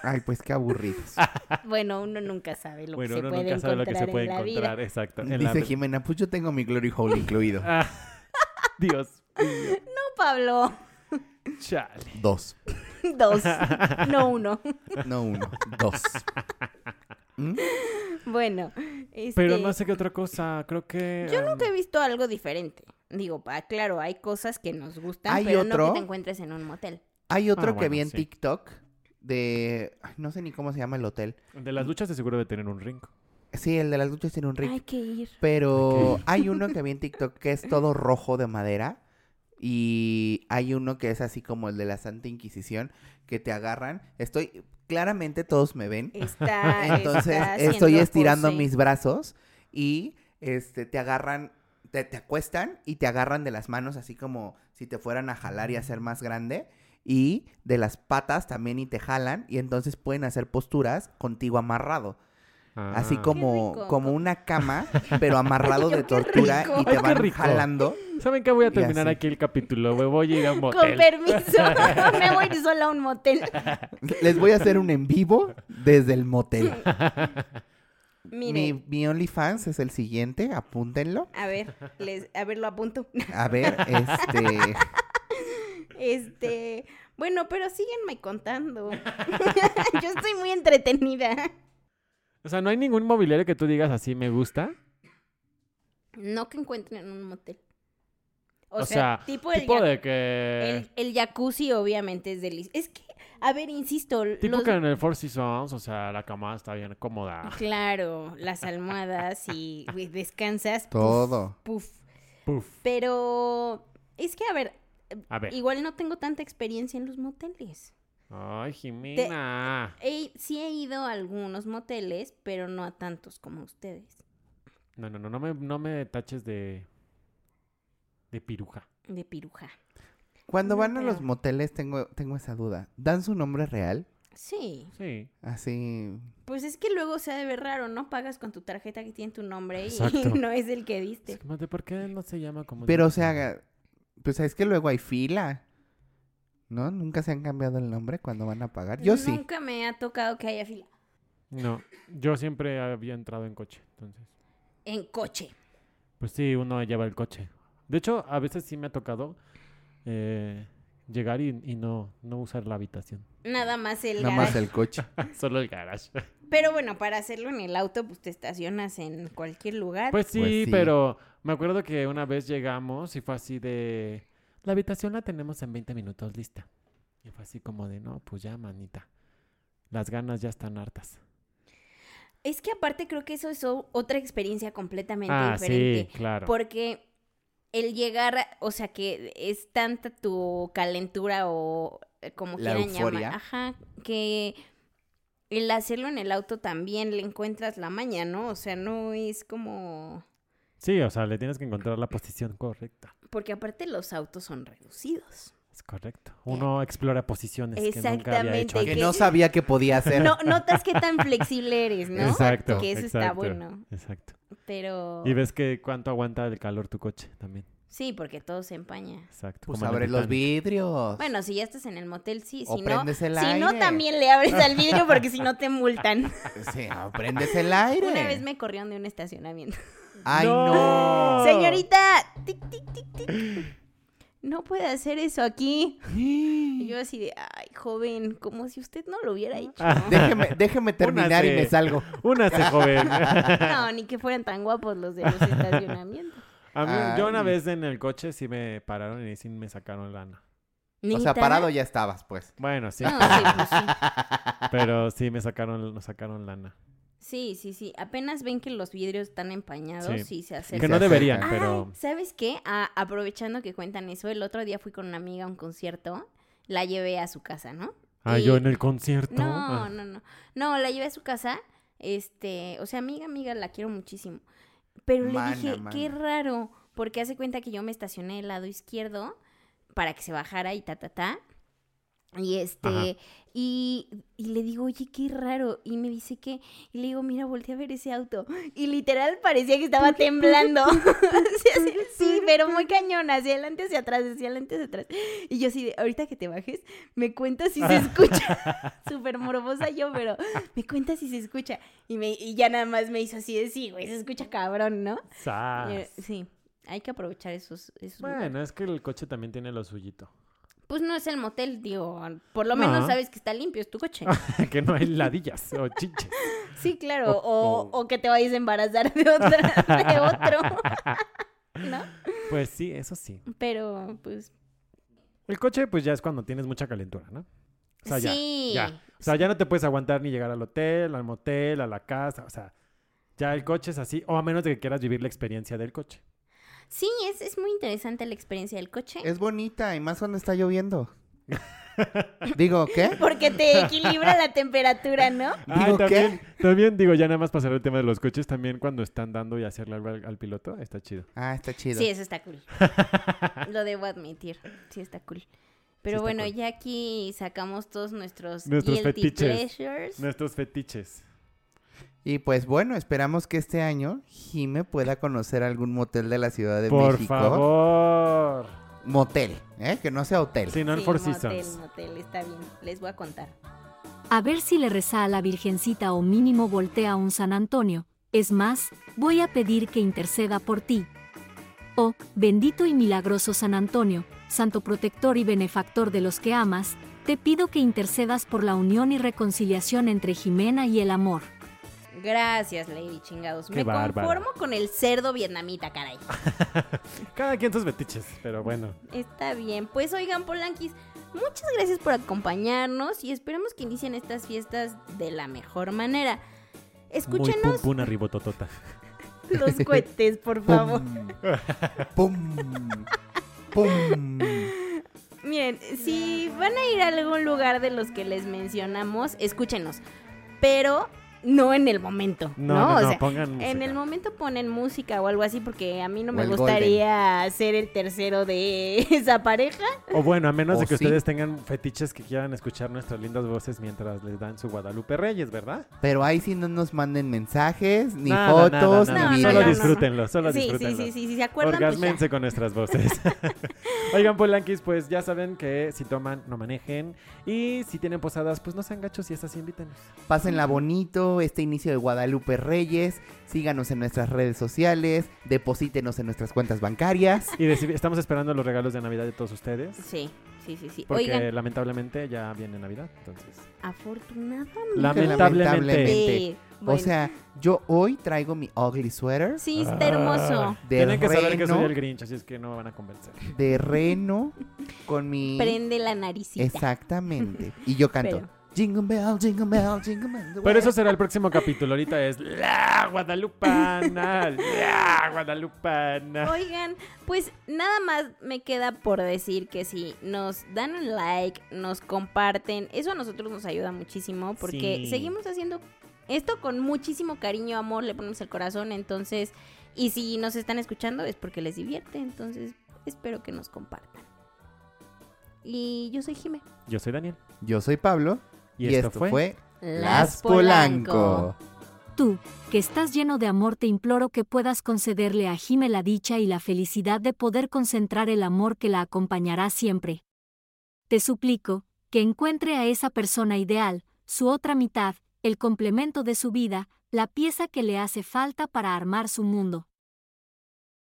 [SPEAKER 3] Ay, pues qué aburridos.
[SPEAKER 4] bueno, uno nunca sabe lo
[SPEAKER 2] bueno,
[SPEAKER 4] que se
[SPEAKER 2] uno
[SPEAKER 4] puede
[SPEAKER 2] nunca sabe
[SPEAKER 4] encontrar
[SPEAKER 2] lo que se puede
[SPEAKER 4] en la vida.
[SPEAKER 2] encontrar. Exacto. en la-
[SPEAKER 3] Dice Jimena, pues yo tengo mi glory hole incluido.
[SPEAKER 2] Ah, Dios mío.
[SPEAKER 4] No, Pablo.
[SPEAKER 2] Chale.
[SPEAKER 3] Dos,
[SPEAKER 4] Dos, no uno.
[SPEAKER 3] no uno, dos. ¿Mm?
[SPEAKER 4] Bueno,
[SPEAKER 2] Pero
[SPEAKER 4] este,
[SPEAKER 2] no sé qué otra cosa. Creo que.
[SPEAKER 4] Yo
[SPEAKER 2] um,
[SPEAKER 4] nunca he visto algo diferente. Digo, pa, claro, hay cosas que nos gustan,
[SPEAKER 3] ¿Hay
[SPEAKER 4] pero no
[SPEAKER 3] otro?
[SPEAKER 4] que te encuentres en un motel.
[SPEAKER 3] Hay otro
[SPEAKER 2] Ah,
[SPEAKER 3] que
[SPEAKER 2] bueno,
[SPEAKER 3] vi en
[SPEAKER 2] sí.
[SPEAKER 3] TikTok de... ay, no sé ni cómo se llama el hotel.
[SPEAKER 2] De las luchas de seguro debe tener un ring.
[SPEAKER 3] Sí, el de las luchas tiene un ring.
[SPEAKER 4] Hay que ir.
[SPEAKER 3] Pero hay uno que vi en TikTok que es todo rojo de madera. Y hay uno que es así como el de la Santa Inquisición, que te agarran. Estoy, claramente todos me ven.
[SPEAKER 4] Está,
[SPEAKER 3] Entonces
[SPEAKER 4] Ah, está
[SPEAKER 3] estoy
[SPEAKER 4] haciendo
[SPEAKER 3] estirando
[SPEAKER 4] pose.
[SPEAKER 3] mis brazos y este, te agarran, te, te acuestan y te agarran de las manos así como si te fueran a jalar y hacer más grande. Y de las patas también y te jalan y entonces pueden hacer posturas contigo amarrado. Así
[SPEAKER 2] Ah.
[SPEAKER 3] como,
[SPEAKER 4] rico.
[SPEAKER 3] como una cama, pero amarrado de
[SPEAKER 4] Qué
[SPEAKER 3] tortura
[SPEAKER 4] rico.
[SPEAKER 3] y
[SPEAKER 2] Ay,
[SPEAKER 3] te
[SPEAKER 2] qué
[SPEAKER 3] van
[SPEAKER 2] rico.
[SPEAKER 3] jalando.
[SPEAKER 2] ¿Saben qué? Voy a
[SPEAKER 3] Y
[SPEAKER 2] terminar
[SPEAKER 3] así.
[SPEAKER 2] aquí el capítulo. Me voy a ir a un
[SPEAKER 4] Con
[SPEAKER 2] motel.
[SPEAKER 4] permiso, me voy sola a un motel.
[SPEAKER 3] Les voy a hacer un en vivo desde el motel. Mi,
[SPEAKER 4] Miren,
[SPEAKER 3] mi OnlyFans es el siguiente, apúntenlo.
[SPEAKER 4] a ver, les, a ver, lo apunto.
[SPEAKER 3] A ver, este...
[SPEAKER 4] Este, bueno, pero síguenme contando. Yo estoy muy entretenida.
[SPEAKER 2] O sea, no hay ningún mobiliario que tú digas así me gusta.
[SPEAKER 4] No que encuentren en un motel. O,
[SPEAKER 2] O,
[SPEAKER 4] sea,
[SPEAKER 2] sea, tipo,
[SPEAKER 4] tipo, el, Pues ya-
[SPEAKER 2] de que.
[SPEAKER 4] el, el jacuzzi obviamente es delicioso. Es que, a ver, insisto,
[SPEAKER 2] Tipo
[SPEAKER 4] los-
[SPEAKER 2] que en el Four Seasons, o sea, la cama está bien cómoda.
[SPEAKER 4] claro, las almohadas y güey, descansas. puf,
[SPEAKER 3] Todo.
[SPEAKER 4] Puf,
[SPEAKER 2] Puf.
[SPEAKER 4] Pero es que, a ver,
[SPEAKER 2] A ver.
[SPEAKER 4] igual no tengo tanta experiencia en los moteles.
[SPEAKER 2] Ay, Jimena.
[SPEAKER 4] He- sí he ido a algunos moteles, pero no a tantos como ustedes.
[SPEAKER 2] No, no, no, no me, no me taches de. de piruja.
[SPEAKER 4] De piruja.
[SPEAKER 3] Cuando
[SPEAKER 4] No,
[SPEAKER 3] van a los
[SPEAKER 4] pero-
[SPEAKER 3] moteles tengo, tengo esa duda. ¿Dan su nombre real?
[SPEAKER 4] Sí.
[SPEAKER 2] Sí.
[SPEAKER 3] Así...
[SPEAKER 4] Pues es que luego se ha de ver raro, ¿no? Pagas con tu tarjeta que tiene tu nombre y
[SPEAKER 2] Exacto.
[SPEAKER 4] no es el que
[SPEAKER 2] Es
[SPEAKER 4] diste.
[SPEAKER 2] como de, ¿Por qué no se llama como.?
[SPEAKER 3] Pero, o sea, pues es que luego hay fila. ¿No? ¿Nunca se han cambiado el nombre cuando van a pagar? Yo sí.
[SPEAKER 4] Nunca me ha tocado que haya fila.
[SPEAKER 2] No, yo siempre había entrado en coche, entonces.
[SPEAKER 4] En coche.
[SPEAKER 2] Pues sí, uno lleva el coche. De hecho, a veces sí me ha tocado eh, llegar y, y no, no usar la habitación.
[SPEAKER 4] Nada más el
[SPEAKER 3] Nada más
[SPEAKER 4] garage.
[SPEAKER 3] el coche.
[SPEAKER 2] Ah, Solo el garage.
[SPEAKER 4] Ah, Pero bueno, para hacerlo en el auto, pues te estacionas en cualquier lugar.
[SPEAKER 2] Pues sí,
[SPEAKER 3] Pues sí.
[SPEAKER 2] pero me acuerdo que una vez llegamos y fue así de... La habitación la tenemos en 20 minutos lista. Y fue así como de, no, pues ya, manita. Las ganas ya están hartas.
[SPEAKER 4] Es que aparte creo que eso es o- otra experiencia completamente
[SPEAKER 2] ah,
[SPEAKER 4] diferente.
[SPEAKER 2] sí, claro.
[SPEAKER 4] Porque el llegar, a- o sea, que es tanta tu calentura o eh, como
[SPEAKER 3] La
[SPEAKER 4] quieran llamar,
[SPEAKER 3] euforia.
[SPEAKER 4] ajá, que el hacerlo en el auto también le encuentras la maña, ¿no? O sea, no es como
[SPEAKER 2] Sí, o sea, le tienes que encontrar la posición correcta.
[SPEAKER 4] porque aparte los autos son reducidos.
[SPEAKER 2] Es correcto. Uno explora posiciones que nunca había hecho.
[SPEAKER 4] Exactamente,
[SPEAKER 3] Que
[SPEAKER 2] antes.
[SPEAKER 3] no sabía que podía hacer.
[SPEAKER 4] No, notas qué tan flexible eres, ¿no?
[SPEAKER 2] Exacto.
[SPEAKER 4] Que eso está
[SPEAKER 2] exacto,
[SPEAKER 4] bueno.
[SPEAKER 2] Exacto.
[SPEAKER 4] Pero
[SPEAKER 2] Y ves que cuánto aguanta el calor tu coche también.
[SPEAKER 4] Sí, porque todo se empaña.
[SPEAKER 2] Exacto.
[SPEAKER 3] Pues
[SPEAKER 2] como en el
[SPEAKER 3] abre los
[SPEAKER 2] Titanic.
[SPEAKER 3] vidrios.
[SPEAKER 4] Bueno, si ya estás en el motel, sí.
[SPEAKER 3] O
[SPEAKER 4] Si no,
[SPEAKER 3] prendes el
[SPEAKER 4] si no,
[SPEAKER 3] aire.
[SPEAKER 4] también le abres al vidrio porque si no te multan.
[SPEAKER 3] Sí, no, prendes el aire.
[SPEAKER 4] Una vez me corrieron de un estacionamiento.
[SPEAKER 3] Ay, no.
[SPEAKER 2] ¡No!
[SPEAKER 4] Señorita, tic, tic, tic, tic. No puede hacer eso aquí. Y yo así de, ay, joven, como si usted no lo hubiera hecho.
[SPEAKER 2] Ah.
[SPEAKER 3] Déjeme, déjeme terminar y
[SPEAKER 2] Únase.
[SPEAKER 3] me salgo.
[SPEAKER 2] Únase, joven.
[SPEAKER 4] No, ni que fueran tan guapos los de los estacionamientos.
[SPEAKER 2] A mí,
[SPEAKER 3] Ay.
[SPEAKER 2] yo una vez en el coche sí me pararon y sí me sacaron lana.
[SPEAKER 3] O sea, parado ya estabas, pues.
[SPEAKER 2] Bueno, sí,
[SPEAKER 4] No, sí, pues sí.
[SPEAKER 2] pero sí me sacaron, nos sacaron lana.
[SPEAKER 4] Sí, sí, sí. Apenas ven que los vidrios están empañados
[SPEAKER 2] Sí.
[SPEAKER 4] y se acercan.
[SPEAKER 2] Que no
[SPEAKER 3] acerca.
[SPEAKER 2] deberían,
[SPEAKER 4] Ay,
[SPEAKER 2] pero...
[SPEAKER 4] ¿sabes qué? Ah, aprovechando que cuentan eso, el otro día fui con una amiga a un concierto, la llevé a su casa, ¿no?
[SPEAKER 2] Ah,
[SPEAKER 4] y-
[SPEAKER 2] yo en el concierto.
[SPEAKER 4] No,
[SPEAKER 2] Ah.
[SPEAKER 4] no, no. No, la llevé a su casa, este, o sea, amiga, amiga, la quiero muchísimo. Pero
[SPEAKER 3] Mana,
[SPEAKER 4] le dije, qué
[SPEAKER 3] mana.
[SPEAKER 4] raro, porque hace cuenta que yo me estacioné del lado izquierdo para que se bajara y ta, ta, ta. Y
[SPEAKER 2] Ajá.
[SPEAKER 4] este, y, y le digo, oye, qué raro. Y me dice que, y le digo, mira, volteé a ver ese auto. Y literal parecía que estaba temblando. Sí, así, sí, pero muy cañón, hacia adelante, hacia atrás, hacia adelante, hacia atrás. Y yo así, de, ahorita que te bajes, me cuentas si se escucha. Súper morbosa yo, pero me cuentas si se escucha. Y, me, y ya nada más me hizo así de, sí, güey, se escucha cabrón, ¿no?
[SPEAKER 2] Sas.
[SPEAKER 4] Y yo, sí, hay que aprovechar esos... esos lugares.
[SPEAKER 2] Ah. Bueno, es que el coche también tiene lo suyito.
[SPEAKER 4] Pues no es el motel, digo, por lo
[SPEAKER 2] No.
[SPEAKER 4] menos sabes que está limpio, es tu coche.
[SPEAKER 2] que no hay ladillas o chinches.
[SPEAKER 4] Sí, claro,
[SPEAKER 2] O-
[SPEAKER 4] o, o que te vayas a embarazar de, otra, de otro, ¿no?
[SPEAKER 2] Pues sí, eso sí.
[SPEAKER 4] Pero, pues,
[SPEAKER 2] El coche, pues ya es cuando tienes mucha calentura, ¿no? O sea, ya,
[SPEAKER 4] sí.
[SPEAKER 2] ya. O sea, ya no te puedes aguantar ni llegar al hotel, al motel, a la casa. O sea, ya el coche es así. O a menos de que quieras vivir la experiencia del coche.
[SPEAKER 4] Sí, es, es muy interesante la experiencia del coche.
[SPEAKER 3] Es bonita y más cuando está lloviendo. Digo, ¿qué?
[SPEAKER 4] Porque te equilibra la temperatura, ¿no?
[SPEAKER 2] Ay,
[SPEAKER 3] Digo,
[SPEAKER 2] también, también digo, ya nada más pasar el tema de los coches, también cuando están dando y hacerle algo al, al piloto, está chido.
[SPEAKER 3] Ah, está chido.
[SPEAKER 4] Sí, eso está cool. Lo debo admitir. Sí, está cool. Pero
[SPEAKER 2] está
[SPEAKER 4] bueno,
[SPEAKER 2] cool.
[SPEAKER 4] ya aquí sacamos todos nuestros,
[SPEAKER 2] Nuestros
[SPEAKER 4] guilty
[SPEAKER 2] fetiches.
[SPEAKER 4] pleasures.
[SPEAKER 2] Nuestros fetiches.
[SPEAKER 3] Y pues bueno, esperamos que este año Jime pueda conocer algún motel de la Ciudad de
[SPEAKER 2] Por
[SPEAKER 3] México.
[SPEAKER 2] favor.
[SPEAKER 3] Motel, ¿eh? Que no sea hotel.
[SPEAKER 2] Si no, el
[SPEAKER 4] Sí,
[SPEAKER 2] Four
[SPEAKER 4] motel,
[SPEAKER 2] Seasons.
[SPEAKER 4] motel, está bien. Les voy a contar.
[SPEAKER 1] A ver si le reza a la Virgencita o mínimo voltea a un San Antonio. Es más, voy a pedir que interceda por ti. Oh, bendito y milagroso San Antonio, santo protector y benefactor de los que amas, te pido que intercedas por la unión y reconciliación entre Jimena y el amor.
[SPEAKER 4] Gracias, Lady Chingados.
[SPEAKER 2] Qué
[SPEAKER 4] Me
[SPEAKER 2] bárbara.
[SPEAKER 4] conformo con el cerdo vietnamita, caray.
[SPEAKER 2] Cada quien sus fetiches, pero bueno.
[SPEAKER 4] Está bien. Pues oigan, Polanquis, muchas gracias por acompañarnos y esperemos que inicien estas fiestas de la mejor manera.
[SPEAKER 2] Muy
[SPEAKER 4] Escúchenos
[SPEAKER 2] pum pum arribototota.
[SPEAKER 4] los cohetes, por favor.
[SPEAKER 3] ¡Pum! ¡Pum!
[SPEAKER 4] Miren, si van a ir a algún lugar de los que les mencionamos, escúchenos. Pero no en el momento.
[SPEAKER 2] No,
[SPEAKER 4] No,
[SPEAKER 2] no,
[SPEAKER 4] O
[SPEAKER 2] no,
[SPEAKER 4] sea,
[SPEAKER 2] pongan
[SPEAKER 4] en
[SPEAKER 2] música.
[SPEAKER 4] el momento ponen música o algo así porque a mí no
[SPEAKER 3] O
[SPEAKER 4] me
[SPEAKER 3] el
[SPEAKER 4] gustaría ser el tercero de esa pareja.
[SPEAKER 2] O bueno, a menos
[SPEAKER 3] ¿O
[SPEAKER 2] de que
[SPEAKER 3] sí?
[SPEAKER 2] ustedes tengan fetiches que quieran escuchar nuestras lindas voces mientras les dan su Guadalupe Reyes, ¿verdad?
[SPEAKER 3] Pero ahí sí no nos manden mensajes, ni
[SPEAKER 2] Nada,
[SPEAKER 3] fotos,
[SPEAKER 2] nada, nada.
[SPEAKER 3] ni
[SPEAKER 4] No,
[SPEAKER 2] Solo
[SPEAKER 4] no, no,
[SPEAKER 3] videos.
[SPEAKER 2] disfrútenlo, solo
[SPEAKER 4] sí, sí,
[SPEAKER 2] disfrútenlo.
[SPEAKER 4] sí, sí, sí, se acuerdan. pues ya.
[SPEAKER 2] Orgásmense con nuestras voces. Oigan, Polanquis, pues ya saben que si toman, no manejen. Y si tienen posadas, pues no sean gachos y esas sí invítanos.
[SPEAKER 3] Pásenla bonito, este inicio de Guadalupe Reyes, síganos en nuestras redes sociales, deposítenos en nuestras cuentas bancarias.
[SPEAKER 2] Y recibi- estamos esperando los regalos de Navidad de todos ustedes.
[SPEAKER 4] Sí, sí, sí, sí.
[SPEAKER 2] Porque
[SPEAKER 4] Oigan,
[SPEAKER 2] lamentablemente ya viene Navidad, entonces.
[SPEAKER 4] afortunadamente.
[SPEAKER 2] Lamentablemente.
[SPEAKER 3] Lamentablemente. O sea, yo hoy traigo mi ugly sweater
[SPEAKER 4] sí, está hermoso.
[SPEAKER 2] Ah,
[SPEAKER 3] De
[SPEAKER 2] Tienen que saber que soy
[SPEAKER 3] reno.
[SPEAKER 2] el Grinch, así es que no me van a convencer.
[SPEAKER 3] de reno con mi...
[SPEAKER 4] Prende la naricita.
[SPEAKER 3] Exactamente. Y yo canto.
[SPEAKER 4] Pero-
[SPEAKER 3] Jingle bell, jingle bell, jingle bell.
[SPEAKER 2] Pero eso será el próximo capítulo. Ahorita es la Guadalupana, la Guadalupana.
[SPEAKER 4] Oigan, pues nada más me queda por decir que si nos dan un like, nos comparten, eso a nosotros nos ayuda muchísimo porque
[SPEAKER 2] Sí.
[SPEAKER 4] seguimos haciendo esto con muchísimo cariño, amor, le ponemos el corazón, entonces, y si nos están escuchando es porque les divierte, entonces espero que nos compartan. Y yo soy Jime.
[SPEAKER 2] Yo soy Daniel.
[SPEAKER 3] Yo soy Pablo
[SPEAKER 2] Y, esto, fue...
[SPEAKER 3] Las Polanco.
[SPEAKER 1] Tú, que estás lleno de amor, te imploro que puedas concederle a Jime la dicha y la felicidad de poder concentrar el amor que la acompañará siempre. Te suplico, que encuentre a esa persona ideal, su otra mitad, el complemento de su vida, la pieza que le hace falta para armar su mundo.